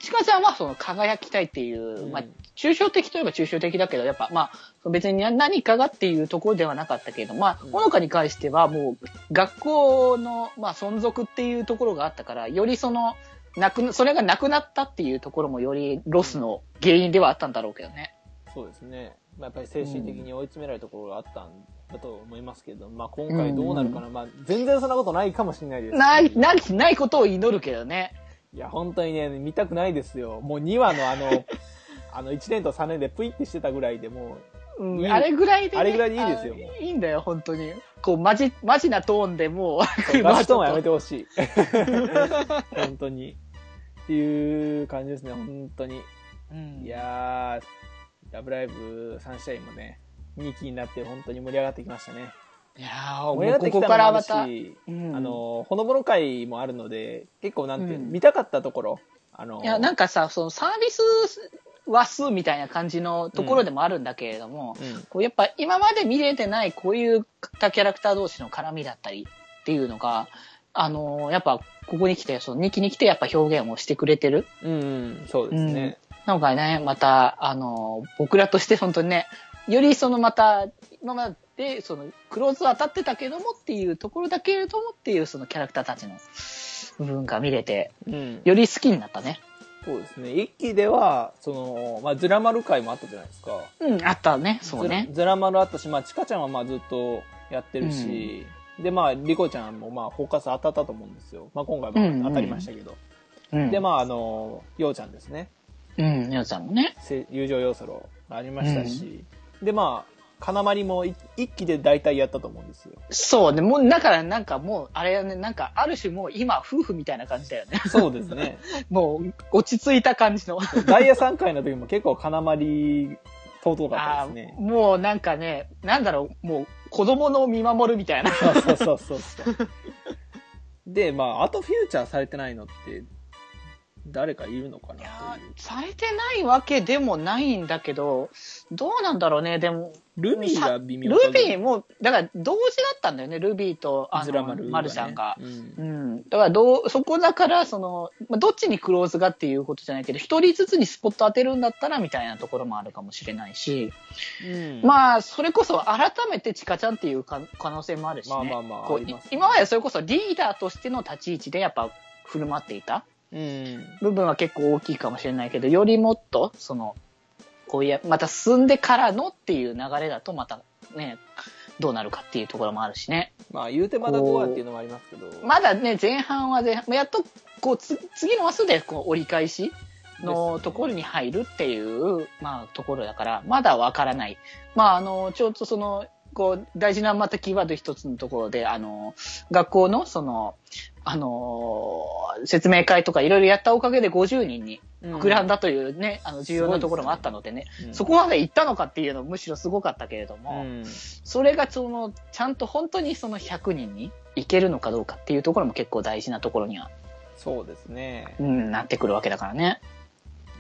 S2: ちかちゃんはその輝きたいってい
S1: う
S2: う、
S1: ん
S2: まあ、抽象的といえば抽象的だけど、やっぱまあ、別に何かがっていうところではなかったけれど、まあ、
S1: うん
S2: ほのかに関してはもう、学校の、まあ、存続っていうところがあったから、よりその、なくな、それがなくなったっていうところもよりロスの原因ではあったんだろうけどね。
S1: そうですね。まあ、やっぱり精神的に追い詰められるところがあったんだと思いますけど、まあ今回どうなるかな、まあ全然そんなことないかもしれないです。
S2: ない、ない、ないことを祈るけどね。
S1: いや、本当にね、見たくないですよ。もう2話のあ の、あの1年と3年でプイってしてたぐらいでも
S2: うん
S1: いい
S2: あれぐらいでね、
S1: あれぐらいでいいですよ
S2: あ
S1: もう
S2: いいんだよ、本当に。こう、マジ、マジなトーンで
S1: う、
S2: も う、
S1: ラストもやめ
S2: て。
S1: てほ しい。本当に。っていう感じですね、本当に。
S2: うん
S1: いやー、ラブライブサンシャインもね、2期になって本当に盛り上がってきましたね。
S2: いやー
S1: 盛り上がって
S2: こ
S1: きたの
S2: こか
S1: も
S2: ら
S1: ある
S2: ま、
S1: した
S2: うん
S1: あの、ほのぼの会もあるので、結構なんていうの、
S2: うん
S1: 見たかったところ、あの、
S2: いや、なんかさ、そのサービス話数みたいな感じのところでもあるんだけれども、
S1: うん
S2: こうやっぱ今まで見れてないこういうキャラクター同士の絡みだったりっていうのが、あのーやっぱここに来て、その2期に来てやっぱ表現をしてくれてる
S1: うん、うん、そうですね。
S2: なんかね、また、あの、僕らとして本当にね、よりそのまた、今まで、その、クローズは当たってたけどもっていうところだけれどもっていう、そのキャラクターたちの部分が見れて、
S1: うん、
S2: より好きになったね。
S1: そうですね。一期では、その、まあ、ズラマル会もあったじゃないですか。
S2: うん、あったね、そうね
S1: ズ。ラズラマルあったし、まあ、チカちゃんはまあずっとやってるし、で、まあ、リコちゃんもまあ、フォーカス当たったと思うんですよ。まあ、今回
S2: うんうん
S1: も当たりましたけど。
S2: うん、
S1: で、まあ、あの、ようちゃんですね。
S2: うん、ヨウちゃんもね。
S1: せ友情要素がありましたし、でまあ金まりもい一期で大体やったと思うんですよ。
S2: そうね、もう、だからなんかもう、あれやね、なんかある種もう今、夫婦みたいな感じだよ ね。
S1: そうですね。
S2: もう、落ち着いた感じの。
S1: ダイヤ3回の時も結構金まり尊かったですね
S2: あー。もうなんかね、なんだろう、もう、子供の見守るみたいな。
S1: そうそうそうそうそう。で、まあ、あとフューチャーされてないのって、誰かいるのか
S2: い
S1: な
S2: や
S1: という
S2: ー。されてないわけでもないんだけど、どうなんだろうね、でも、
S1: ルビーが微妙
S2: ルビーも、だから同時だったんだよね、ルビーと、あ
S1: ズラ
S2: の、
S1: マルがね
S2: マルちゃんが。
S1: うん
S2: うん、だからどうそこだからその、まあ、どっちにクローズがっていうことじゃないけど一人ずつにスポット当てるんだったらみたいなところもあるかもしれないし、
S1: あ、
S2: まあそれこそ改めてチカちゃんっていうか可能性もあるしね、
S1: まあまあまあ
S2: こ
S1: あ
S2: う
S1: りますね
S2: 今までそれこそリーダーとしての立ち位置でやっぱ振る舞っていた
S1: うん。
S2: 部分は結構大きいかもしれないけどよりもっとそのこういやまた進んでからのっていう流れだとまたねどうなるかっていうところもあるしね。
S1: まあ、言うてまだ5話っていうのもありますけど。
S2: まだね、前半は前半、やっとこうつ次の話数でこう折り返しのところに入るっていう、まあ、ところだから、まだわからない。まあ、あの、ちょうどその、こう、大事なまたキーワード一つのところで、あの、学校の、その、あの、説明会とかいろいろやったおかげで50人に膨らんだというね、あの、重要なところもあったのでね、
S1: うん
S2: そこまで行ったのかっていうのむしろすごかったけれど
S1: う
S2: も、
S1: ん。
S2: それがそのちゃんと本当にその100人にいけるのかどうかっていうところも結構大事なところには、
S1: そうですね
S2: う。ん、なってくるわけだからね。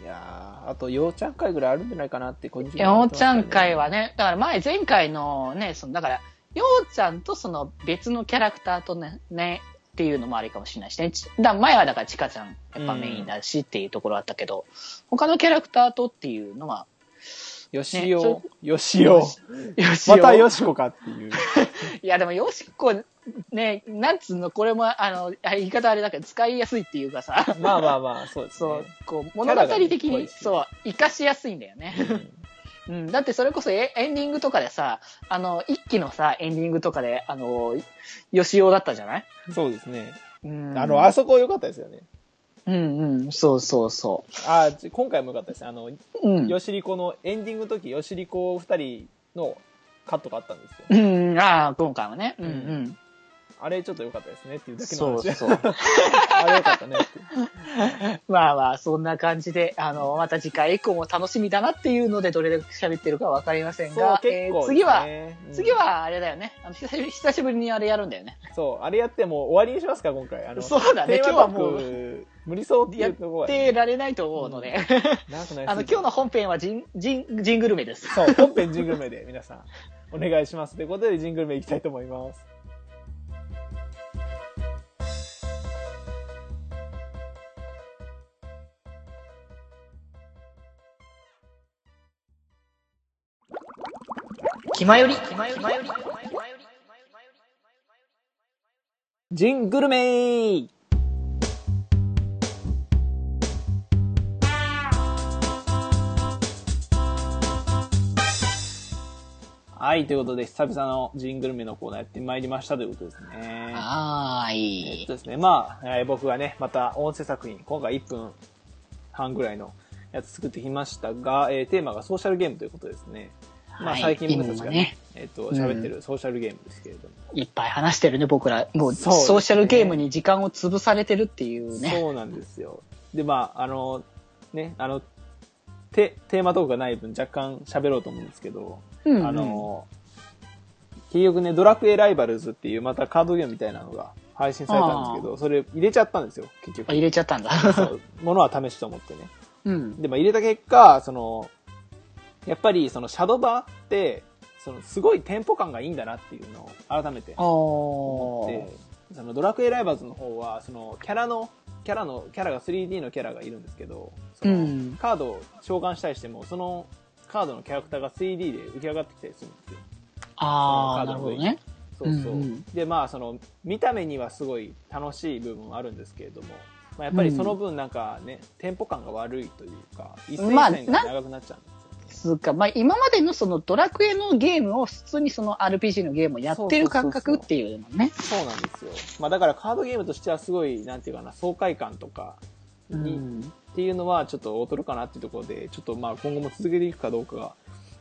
S1: いやーあと、ようちゃん会ぐらいあるんじゃないかなって、個人的に
S2: よ
S1: 思っ
S2: う
S1: てます
S2: ち
S1: けど
S2: ゃ
S1: ね
S2: ん会は。ね、だから前前回のね、そのだから、ようちゃんとその別のキャラクターとね、ねっていうのもありかもしれないしね。ちだ前はだからちかちゃんやっぱメインだしっていうところあったけど、他のキャラクターとっていうのは、
S1: よしお
S2: ね、
S1: よしお。
S2: よしお
S1: またよしこかっていう。
S2: いやでもよしこね、なんつうの、これもあの、あ言い方あれだけど使いやすいっていう かさ。
S1: まあまあまあ、そうですね。
S2: そう、こう、
S1: ャ
S2: 物
S1: ラ
S2: 語
S1: がね
S2: 的
S1: 濃い
S2: に、
S1: し
S2: そう、活かしやすいんだよね。
S1: うん
S2: うん、だってそれこそエエンディングとかでさ、あの、一期のさ、エンディングとかで、あの、よしおだったじゃない
S1: そうですね。
S2: うん。
S1: あの、あそこ良かったですよね。
S2: うんうん、そうそうそ
S1: あ、ち今回も良かったですね。あの、
S2: う。うん。
S1: よしりこのエンディングの時、よしりこ二人のカットがあったんですよ。
S2: うん、ああ、今回はね。うんう。
S1: うんあれちょっと良かったですねっていうだけの
S2: そう
S1: 話。
S2: そう。
S1: あれ良かったねって。
S2: まあまあ、そんな感じで、あの、また次回以降も楽しみだなっていうので、どれだけ喋ってるかわかりません
S1: そう
S2: が、、
S1: 結構、
S2: えー次は、
S1: うん
S2: 次、はあれだよね。あの久しぶり久しぶりにあれやるんだよね。
S1: そう、あれやってもう終わりにしますか、今回。あの、
S2: そうだね、
S1: テー
S2: 今日
S1: マ
S2: は
S1: パ
S2: もう。
S1: ーク無理そうっていうところは、
S2: ってられないと思うので、
S1: 長くなりすぎて
S2: あの今日の本編はジンジンジングルメです。
S1: そう、本編ジングルメで皆さん、お願いします。ということで、ジングルメいきたいと思います。
S2: 気まより。
S1: ジングルメイはい、ということで、久々のジングルメのコーナーやってまいりましたということですね。
S2: はー
S1: えっ
S2: い
S1: と。ですね、まあ、えー僕はね、また音声作品、今回1分半ぐらいのやつ作ってきましたが、えーテーマがソーシャルゲームということですね。まあ、
S2: はい
S1: 最近僕たちが
S2: 今も
S1: ね、
S2: ね
S1: えっと、喋ってるソーシャルゲームですけれども。
S2: いっぱい話してるね、僕ら。もう、
S1: そうですね
S2: ソーシャルゲームに時間を潰されてるっていうね。
S1: そうなんですよ。で、まあ、あの、ね、あの、テテーマトークがない分若干喋ろうと思うんですけど、
S2: うんうん
S1: あの、結局ね、ドラクエライバルズっていうまたカードゲームみたいなのが配信されたんですけど、それ入れちゃったんですよ、結
S2: あ
S1: 局。
S2: 入れちゃったんだ。
S1: そうものは試しと思ってね。
S2: うん。
S1: で、まあ、入れた結果、その、やっぱりそのシャドバって、そのすごいテンポ感がいいんだなっていうのを改めて
S2: お
S1: 思
S2: ー。
S1: って、そのドラクエライバーズの方は、そのキャラの、キャラの、キャラが 3D のキャラがいるんですけど、そうの
S2: ん
S1: カードを召喚したりしても、そのカードのキャラクターが 3D で浮き上がってきたりするんですよ。
S2: あ
S1: カー
S2: ー、
S1: ド
S2: な
S1: の上
S2: るほ
S1: に
S2: どね。
S1: そうそう。
S2: うんうん
S1: で、まあ、その、見た目にはすごい楽しい部分はあるんですけれども、まあ、やっぱりその分なんかね、テンポ感が悪いというか、一戦
S2: まあ
S1: 一戦が長くなっちゃうんですよ
S2: つうか、まあ、今までのそのドラクエのゲームを普通にその RPG のゲームをやってる感覚っていうのね。
S1: そうなんですよ。まあだからカードゲームとしてはすごい、なんていうかな、爽快感とか
S2: う
S1: に、っ
S2: ん。
S1: ていうのはちょっと劣るかなっていうところで、ちょっとまあ今後も続けていくかどうかが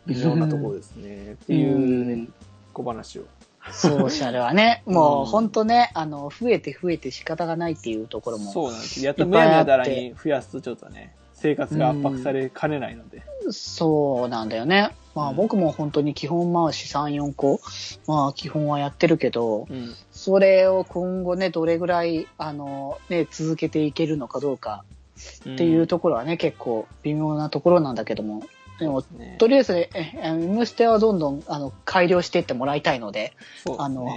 S1: 微妙なところですね。っていうね、小話を。
S2: ソーシャルはね、も
S1: う
S2: うんほんとね、あの、増えて増えて仕方がないっていうところも。
S1: そうなんです。やった
S2: いっ
S1: む
S2: ぱい
S1: や
S2: あ
S1: み
S2: って
S1: やたらに増やすとちょっとね、生活が圧迫されかねないので。
S2: そうなんだよね。まあ
S1: うん
S2: 僕も本当に基本回し3、4個、まあ基本はやってるけど、
S1: うん
S2: それを今後ね、どれぐらい、あの、ね、続けていけるのかどうかっていうところはね、結構微妙なところなんだけども。でも、
S1: うんね
S2: とりあえず、ええ、M ステはどんどん、あの、改良していってもらいたいので、
S1: そうですね
S2: あの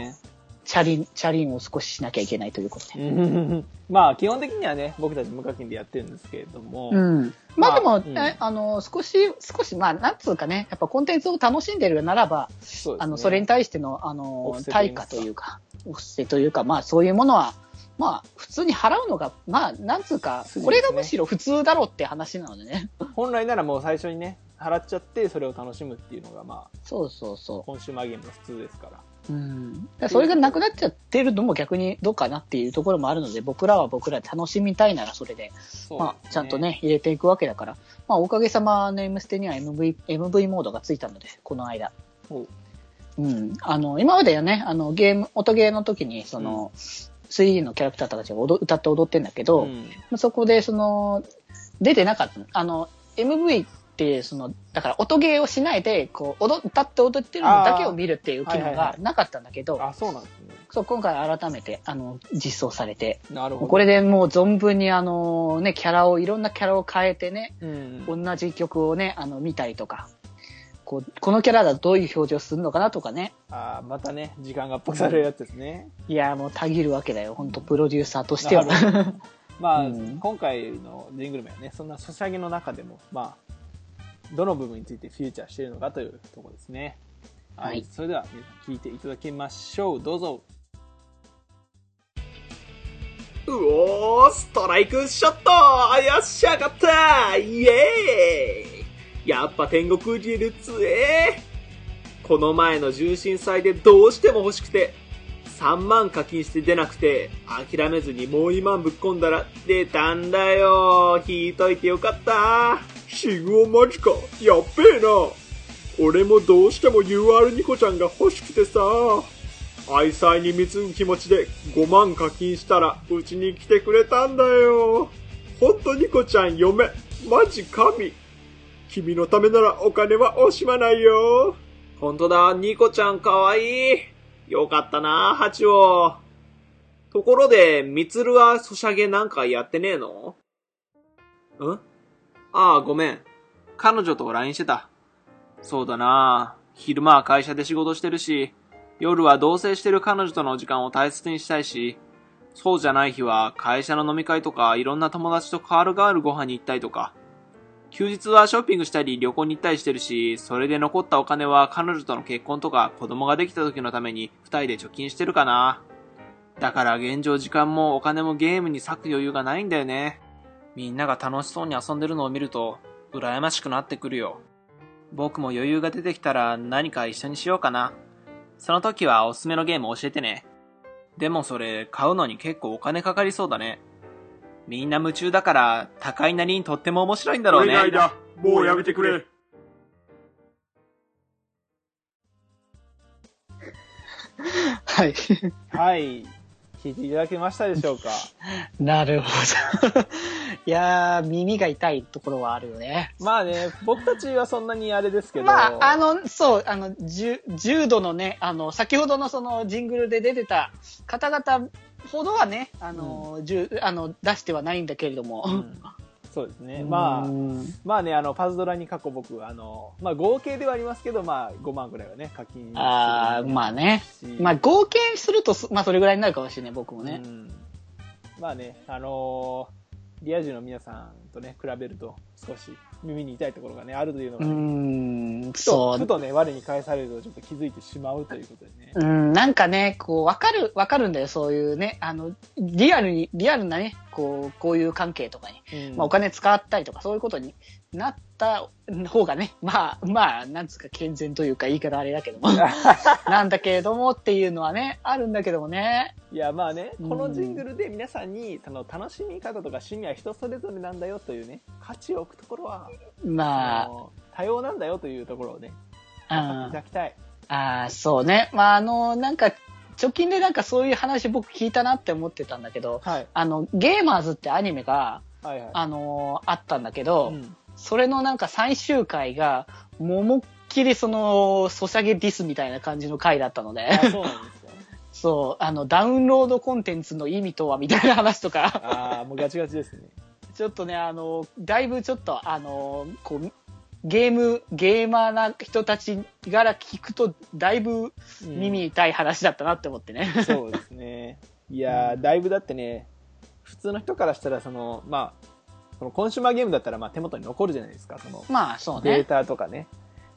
S2: チャリン、チャリンを少ししなきゃいけないということで。
S1: うんまあ基本的にはね僕たち無課金でやってるんですけれども、
S2: うん。まあで
S1: まあ
S2: も、
S1: うん
S2: ねあの、少し、少し、まあ、なんつうかね、やっぱコンテンツを楽しんでるならば、
S1: そうですね
S2: あの、それに対しての、あ
S1: オ
S2: の
S1: フ、セと言
S2: 対
S1: いま
S2: 価
S1: すか
S2: というか、お布施というか、まあ、そういうものは、まあ、普通に払うのが、まあ、なんつう
S1: そう
S2: か、
S1: ですね
S2: これがむしろ普通だろうって話なの でね。
S1: 本来ならもう最初にね払っちゃってそれを楽しむっていうのがまあ
S2: そうそうそ
S1: コンシューマーゲームの普通ですから
S2: う。うん。だからそれがなくなっちゃってるのも逆にどうかなっていうところもあるので、僕らは僕らで楽しみたいならそれで、
S1: そう
S2: まあ、ちゃんとね、入れていくわけだから。まあ、おかげさま、ネームステには MV、MV モードがついたので、この間。
S1: そう
S2: うん。あの、今まではね、あの、ゲーム、音ゲーの時に、その、3D のキャラクターたちが踊歌って踊ってんだけど、
S1: うん
S2: まあそこで、その、出てなかったの。あの、MV って、その、だから音ゲーをしないで、こう、踊歌って踊ってるのだけを見るっていう
S1: あ
S2: 機
S1: ーは
S2: 能
S1: いはい
S2: が
S1: は
S2: なかったんだけど、
S1: あそうなんですね
S2: そう、今回改めて、あの、実装されて、
S1: なるほど
S2: これでもう存分にあのね、キャラを、いろんなキャラを変えてね、
S1: うん
S2: 同じ曲をね、あの、見たりとか、こう、このキャラだとどういう表情するのかなとかね。
S1: あーまたね時間が圧迫されるやつですね
S2: いや、もうたぎるわけだよ。本当プロデューサーとしては。
S1: なるほどまあ、
S2: うん
S1: 今回のジングルメはねそんなソシャゲの中でもまあどの部分についてフューチャーしているのかというところですねはい、
S2: はい
S1: それでは皆さん聞いていただきましょうどうぞ
S3: うおー、ストライクショットよっしゃ、勝ったイエーイやっぱ天国技術えーこの前の重心祭でどうしても欲しくて、3万課金して出なくて、諦めずにもう2万ぶっ込んだら出たんだよ引いといてよかったシグオマジかやっべえな俺もどうしても UR ニコちゃんが欲しくてさ愛妻に貢ぐ気持ちで5万課金したらうちに来てくれたんだよ。ほんとニコちゃん嫁、マジ神。君のためならお金は惜しまないよ。ほんとだ、ニコちゃんかわいい。よかったな、ハチを。ところで、ミツルはソシャゲなんかやってねえのんああ、ごめん。彼女と LINE してた。そうだな昼間は会社で仕事してるし、夜は同棲してる彼女との時間を大切にしたいし、そうじゃない日は会社の飲み会とかいろんな友達とカールガールご飯に行ったりとか、休日はショッピングしたり旅行に行ったりしてるし、それで残ったお金は彼女との結婚とか子供ができた時のために二人で貯金してるかな。だから現状時間もお金もゲームに割く余裕がないんだよね。みんなが楽しそうに遊んでるのを見ると、羨ましくなってくるよ。僕も余裕が出てきたら何か一緒にしようかな。その時はおすすめのゲーム教えてね。でもそれ買うのに結構お金かかりそうだね。みんな夢中だから高いなりにとっても面白いんだろうね。
S4: だもうやめてくれ
S2: はい。
S1: はい聞いていただけましたでし ょうか
S2: なるほど。いやー、耳が痛いところはあるよね。
S1: まあね僕たちはそんなにあれですけど
S2: まあ、あの、そう、あの、重重度のね、あの、先ほどのその、ジングルで出てた方々ほどはね、あの、重あの出してはないんだけれども。
S1: うんそうです ねまあ
S2: うん
S1: まあね、あの、パズドラに過去僕、あの、まあ合計ではありますけど、まあ5万ぐらいはね、課金
S2: ああ、まあ
S1: ね。
S2: ね。まあ合計するとそ、まあそれぐらいになるかもしれない、僕も
S1: う
S2: ね。
S1: んまあね、あのーリア充の皆さんとね、比べると少し耳に痛いところがね、あるというの
S2: う
S1: が、
S2: ー
S1: ね
S2: ん、ん
S1: ふと
S2: そ
S1: ふ
S2: う。
S1: とね、我に返されるとちょっと気づいてしまうということでね。
S2: うん、なんかね、こう、わかる、わかるんだよ、そういうね、あの、リアルに、リアルなね、こう、こういう関係とかに、
S1: うん
S2: まあお金使ったりとか、そういうことになった方がね、まあ、まあ、なんつうか健全というか言い方あれだけど も、なんだけれどもっていうのはね、あるんだけどもね、
S1: いや、まあね、
S2: うん
S1: このジングルで皆さんに、その、楽しみ方とか趣味は人それぞれなんだよというね、価値を置くところは、
S2: まあ
S1: の多様なんだよというところをね、いただきたい。
S2: ああ、そうね。まあ、あの、なんか、直近でなんかそういう話僕聞いたなって思ってたんだけど、
S1: はい。
S2: あの、ゲーマーズってアニメが、
S1: はいはい。
S2: あのあったんだけど、
S1: うん
S2: それのなんか最終回が、ももっきりその、ソシャゲディスみたいな感じの回だったので
S1: あ、そうなんですよ。
S2: そう、あの、ダウンロードコンテンツの意味とはみたいな話とか、
S1: ああ、もうガチガチですね。
S2: ちょっとね、あの、だいぶちょっと、あの、こう、ゲーム、ゲーマーな人たちから聞くと、だいぶ
S1: うん
S2: 耳痛い話だったなって思ってね。
S1: そうですね。いやー、だいぶだってね、普通の人からしたら、その、まあ、そのコンシューマーゲームだったら、まあ手元に残るじゃないですか、その、
S2: まあ、そう
S1: デ
S2: ね
S1: ー。タとかね。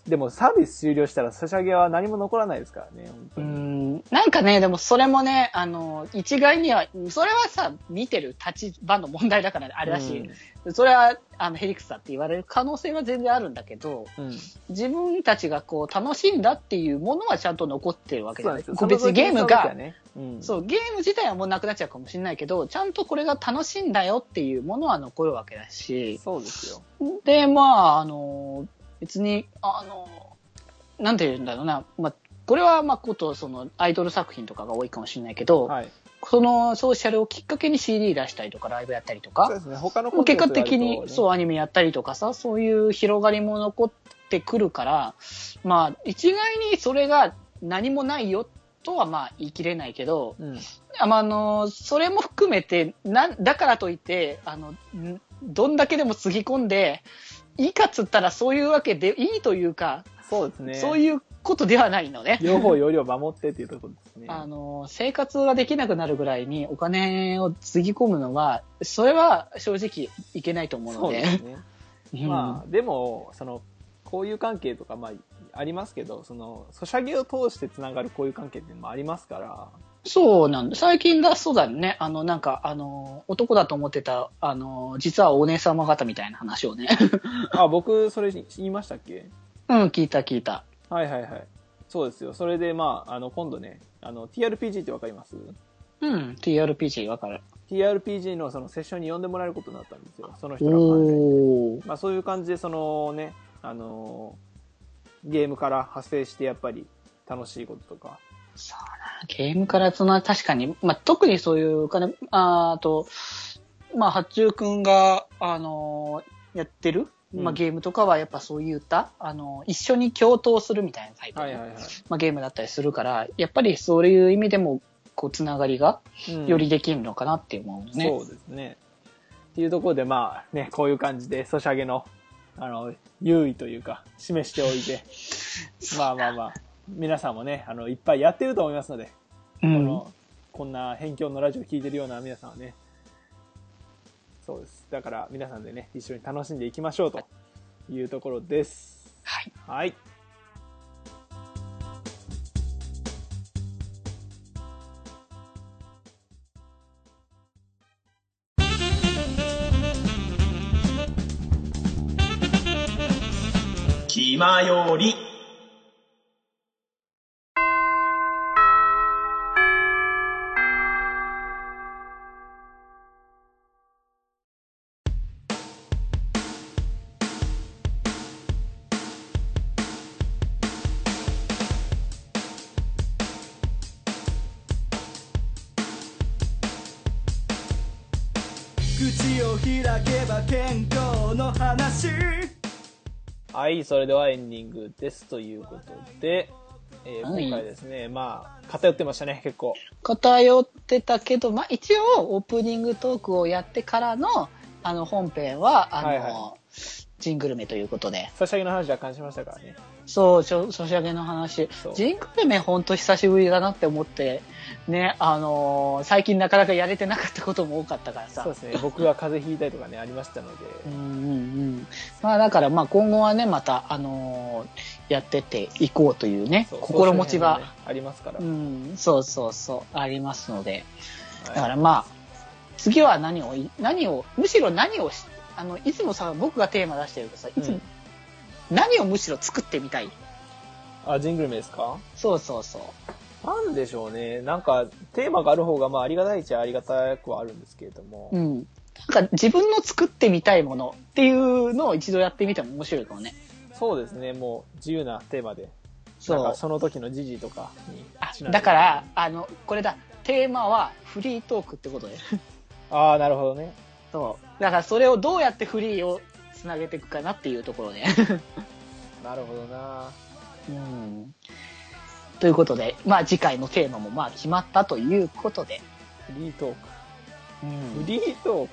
S1: でもサービス終了したら、ソシャゲは何も残らないですからね、本
S2: う
S1: 当に。
S2: んなんかね、でもそれもね、あの、一概には、それはさ、見てる立場の問題だからあれだし、それは、あの、ヘリクスだって言われる可能性は全然あるんだけど、
S1: うん。うん
S2: 自分たちがこう、楽しんだっていうものはちゃんと残ってるわけ
S1: そう
S2: じ
S1: な
S2: ゃ
S1: ん
S2: ない
S1: です
S2: か
S1: よ。
S2: 別にゲームが、
S1: そ
S2: そうう、ゲーム自体はもうなくなっちゃうかもしれないけど、ちゃんとこれが楽しいんだよっていうものは残るわけだし、
S1: そうですよ。
S2: で、まあ、あの、別に、あの、なんて言うんだろうな、まあ、これは、まあ、こと、その、アイドル作品とかが多いかもしれないけど、
S1: はい。
S2: そのソーシャルをきっかけに CD 出したりとか、ライブやったりと
S1: そうで
S2: か、
S1: すね。他のコンテン
S2: 結
S1: ツが
S2: 果
S1: あると
S2: 的に、
S1: ね
S2: そう、アニメやったりとかさ、そういう広がりも残ってくるから、まあ、一概にそれが何もないよとは、まあ、言い切れないけど、
S1: うん。
S2: あまああのそれも含めてなんだからといってあのんどんだけでもつぎ込んでいいかっつったらそういうわけでいいというか、
S1: そうですね。
S2: そういうことではないのね。
S1: 両方、容量守ってっていうところですね。
S2: あの生活ができなくなるぐらいにお金をつぎ込むのはそれは正直いけないと思う
S1: そ
S2: の
S1: う
S2: で
S1: ですね。
S2: うん
S1: まあ、でも、その、交友関係とか、まあ、ありますけど、その、ソシャゲを通してつながる交友関係っていうのもありますから、
S2: そうなんだ最近だそうだねあのなんかあの男だと思ってたあの実はお姉様方みたいな話をね
S1: あ、僕、それ言いましたっけ
S2: うん聞いた聞いた
S1: はいはいはい。そうですよ。それで、まあ、あの、今度ね、あの、TRPG ってわかります
S2: うん TRPG わかる
S1: ?TRPG のそのセッションに呼んでもらえることになったんですよ。その人らが、ね。
S2: おお
S1: まあ、そういう感じで、そのね、あのーゲームから派生して、やっぱり、楽しいこととか。
S2: そうなゲームからその確かに、まあ、特にそういうお金あーとまあ八中くんがあのーやってる、
S1: うん
S2: まあ、ゲームとかはやっぱそういったあのー一緒に共闘するみたいなタイプの、
S1: はいはいは
S2: まあ、ゲームだったりするからやっぱりそういう意味でもこうつながりが
S1: い。うん
S2: よりできるのかなって思うね、
S1: そうですね。っていうところで、まあね、こういう感じで、ソシャゲの、あの、優位というか、示しておい て、まあまあまあ、皆さんもね、あの、いっぱいやってると思いますので、
S2: う
S1: こ
S2: ん
S1: の、こんな辺境のラジオ聞いてるような皆さんはね、そうです。だから、皆さんでね、一緒に楽しんでいきましょうというところです。
S2: はい
S1: はい。
S3: 気まより。
S5: 口を開けば健康の話
S1: はい、それではエンディングですということで、えー
S2: はい
S1: 今回ですね、まあ、偏ってましたね、結構。
S2: 偏ってたけど、まあ、一応オープニングトークをやってからのあの本編はあの、
S1: はいは
S2: ジングルメということで
S1: ソシャゲの話若干しましたからね。
S2: そうしょソシャゲの話
S1: そう
S2: ジングルメほんと久しぶりだなって思ってねあのー最近なかなかやれてなかったことも多かったからさ
S1: そうですね。僕が風邪ひいたりとかね、ありましたので。
S2: うんうんうんまあだからまあ今後はねまたあのーやってっていこうというね
S1: そう
S2: 心持ちは
S1: そういう辺もねありますから。
S2: うんそうそうそうありますのでだか
S1: はい
S2: らまあ、次は何をい、何を、むしろ何をし、あの、いつもさ、僕がテーマ出してるけどさ、いつも、
S1: うん
S2: 何をむしろ作ってみたい。
S1: あ、ジングルメですか
S2: そうそうそう。
S1: なんでしょうね。なんか、テーマがある方が、まあ、ありがたいっちゃありがたくはあるんですけれども。
S2: うん。なんか自分の作ってみたいものっていうのを一度やってみても面白いかもね。
S1: そうですね、もう自由なテーマで。
S2: そう
S1: なんかその時の時事とかに
S2: あ
S1: ちなんで
S2: だからあのこれだテーマはフリートークってことで
S1: ああ、なるほどね。
S2: そうだからそれをどうやってフリーをつなげていくかなっていうところね
S1: なるほどな。
S2: うんということでまあ次回のテーマもまあ決まったということで、
S1: フリートーク。
S2: うん
S1: フリートー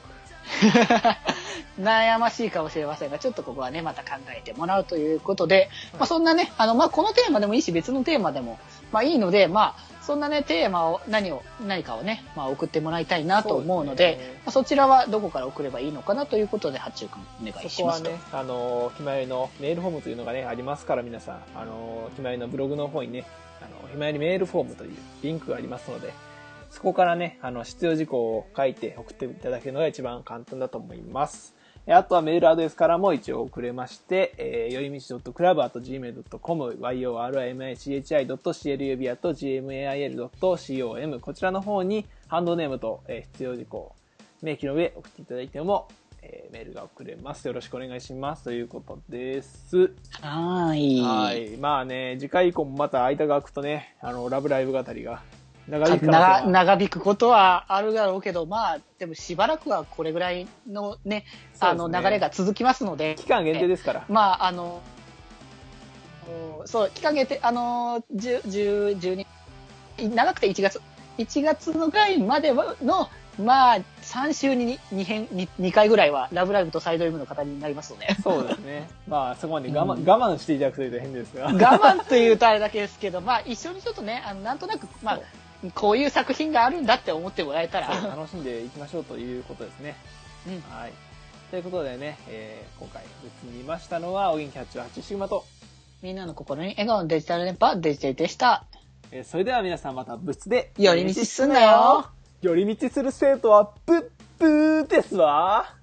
S1: ク。
S2: 悩ましいかもしれませんが、ちょっとここはね、また考えてもらうということで、まあそんなね、あの、まあこのテーマでもいいし、別のテーマでも、まあいいので、まあ、そんなね、テーマを、何を、何かをね、まあ送ってもらいたいなと思うの
S1: そう
S2: で、
S1: ですね
S2: まあそちらはどこから送ればいいのかなということで、八中君お願い
S1: そ
S2: し
S1: こ
S2: ま
S1: は
S2: すと。
S1: ね、あのー、ひまよりのメールフォームというのがね、ありますから皆さん、あのー、ひまよりのブログの方にね、あの、ひまよりメールフォームというリンクがありますので、そこからね、あの、必要事項を書いて送っていただけるのが一番簡単だと思います。えあとはメールアドレスからも一応送れまして、えー、よいみち .club.gmail.com、yorimichi.club.gmail.com、こちらの方にハンドネームと、えー必要事項、明記の上送っていただいても、えーメールが送れます。よろしくお願いします。ということです。
S2: はーい。
S1: はい。まあね、次回以降もまた間が空くとね、あの、ラブライブ語りが長
S2: か
S1: 引く可能性が
S2: 長長引くことはあるだろうけど、まあ、でもしばらくはこれぐらいのね、あの
S1: そうですね
S2: 流れが続きますので、
S1: 期間限定ですから。
S2: まあ、あの、おそう、期間限定、あの、10 10 12い長くて1月、1月のぐらいまではの、まあ、3週に2編、2, 2回ぐらいは、ラブライブとサイド M の語りになりますの で、
S1: そうですね。まあ、そこまで我慢、
S2: うん
S1: 我慢していただくというと変ですが。
S2: 我慢というとあれだけですけど、まあ、一緒にちょっとね、あのなんとなく、まあ、こういう作品があるんだって思ってもらえたら、
S1: そう楽しんでいきましょうということですね。
S2: うん
S1: はい。ということでね、えー今回、別に見ましたのは、お元気八8シグマと、
S2: みんなの心に笑顔のデジタル電波、デジタルでした。
S1: えーそれでは皆さんまた部室で、
S2: 寄り道すんなよ
S1: 寄り道する生徒は、ブッブーですわ。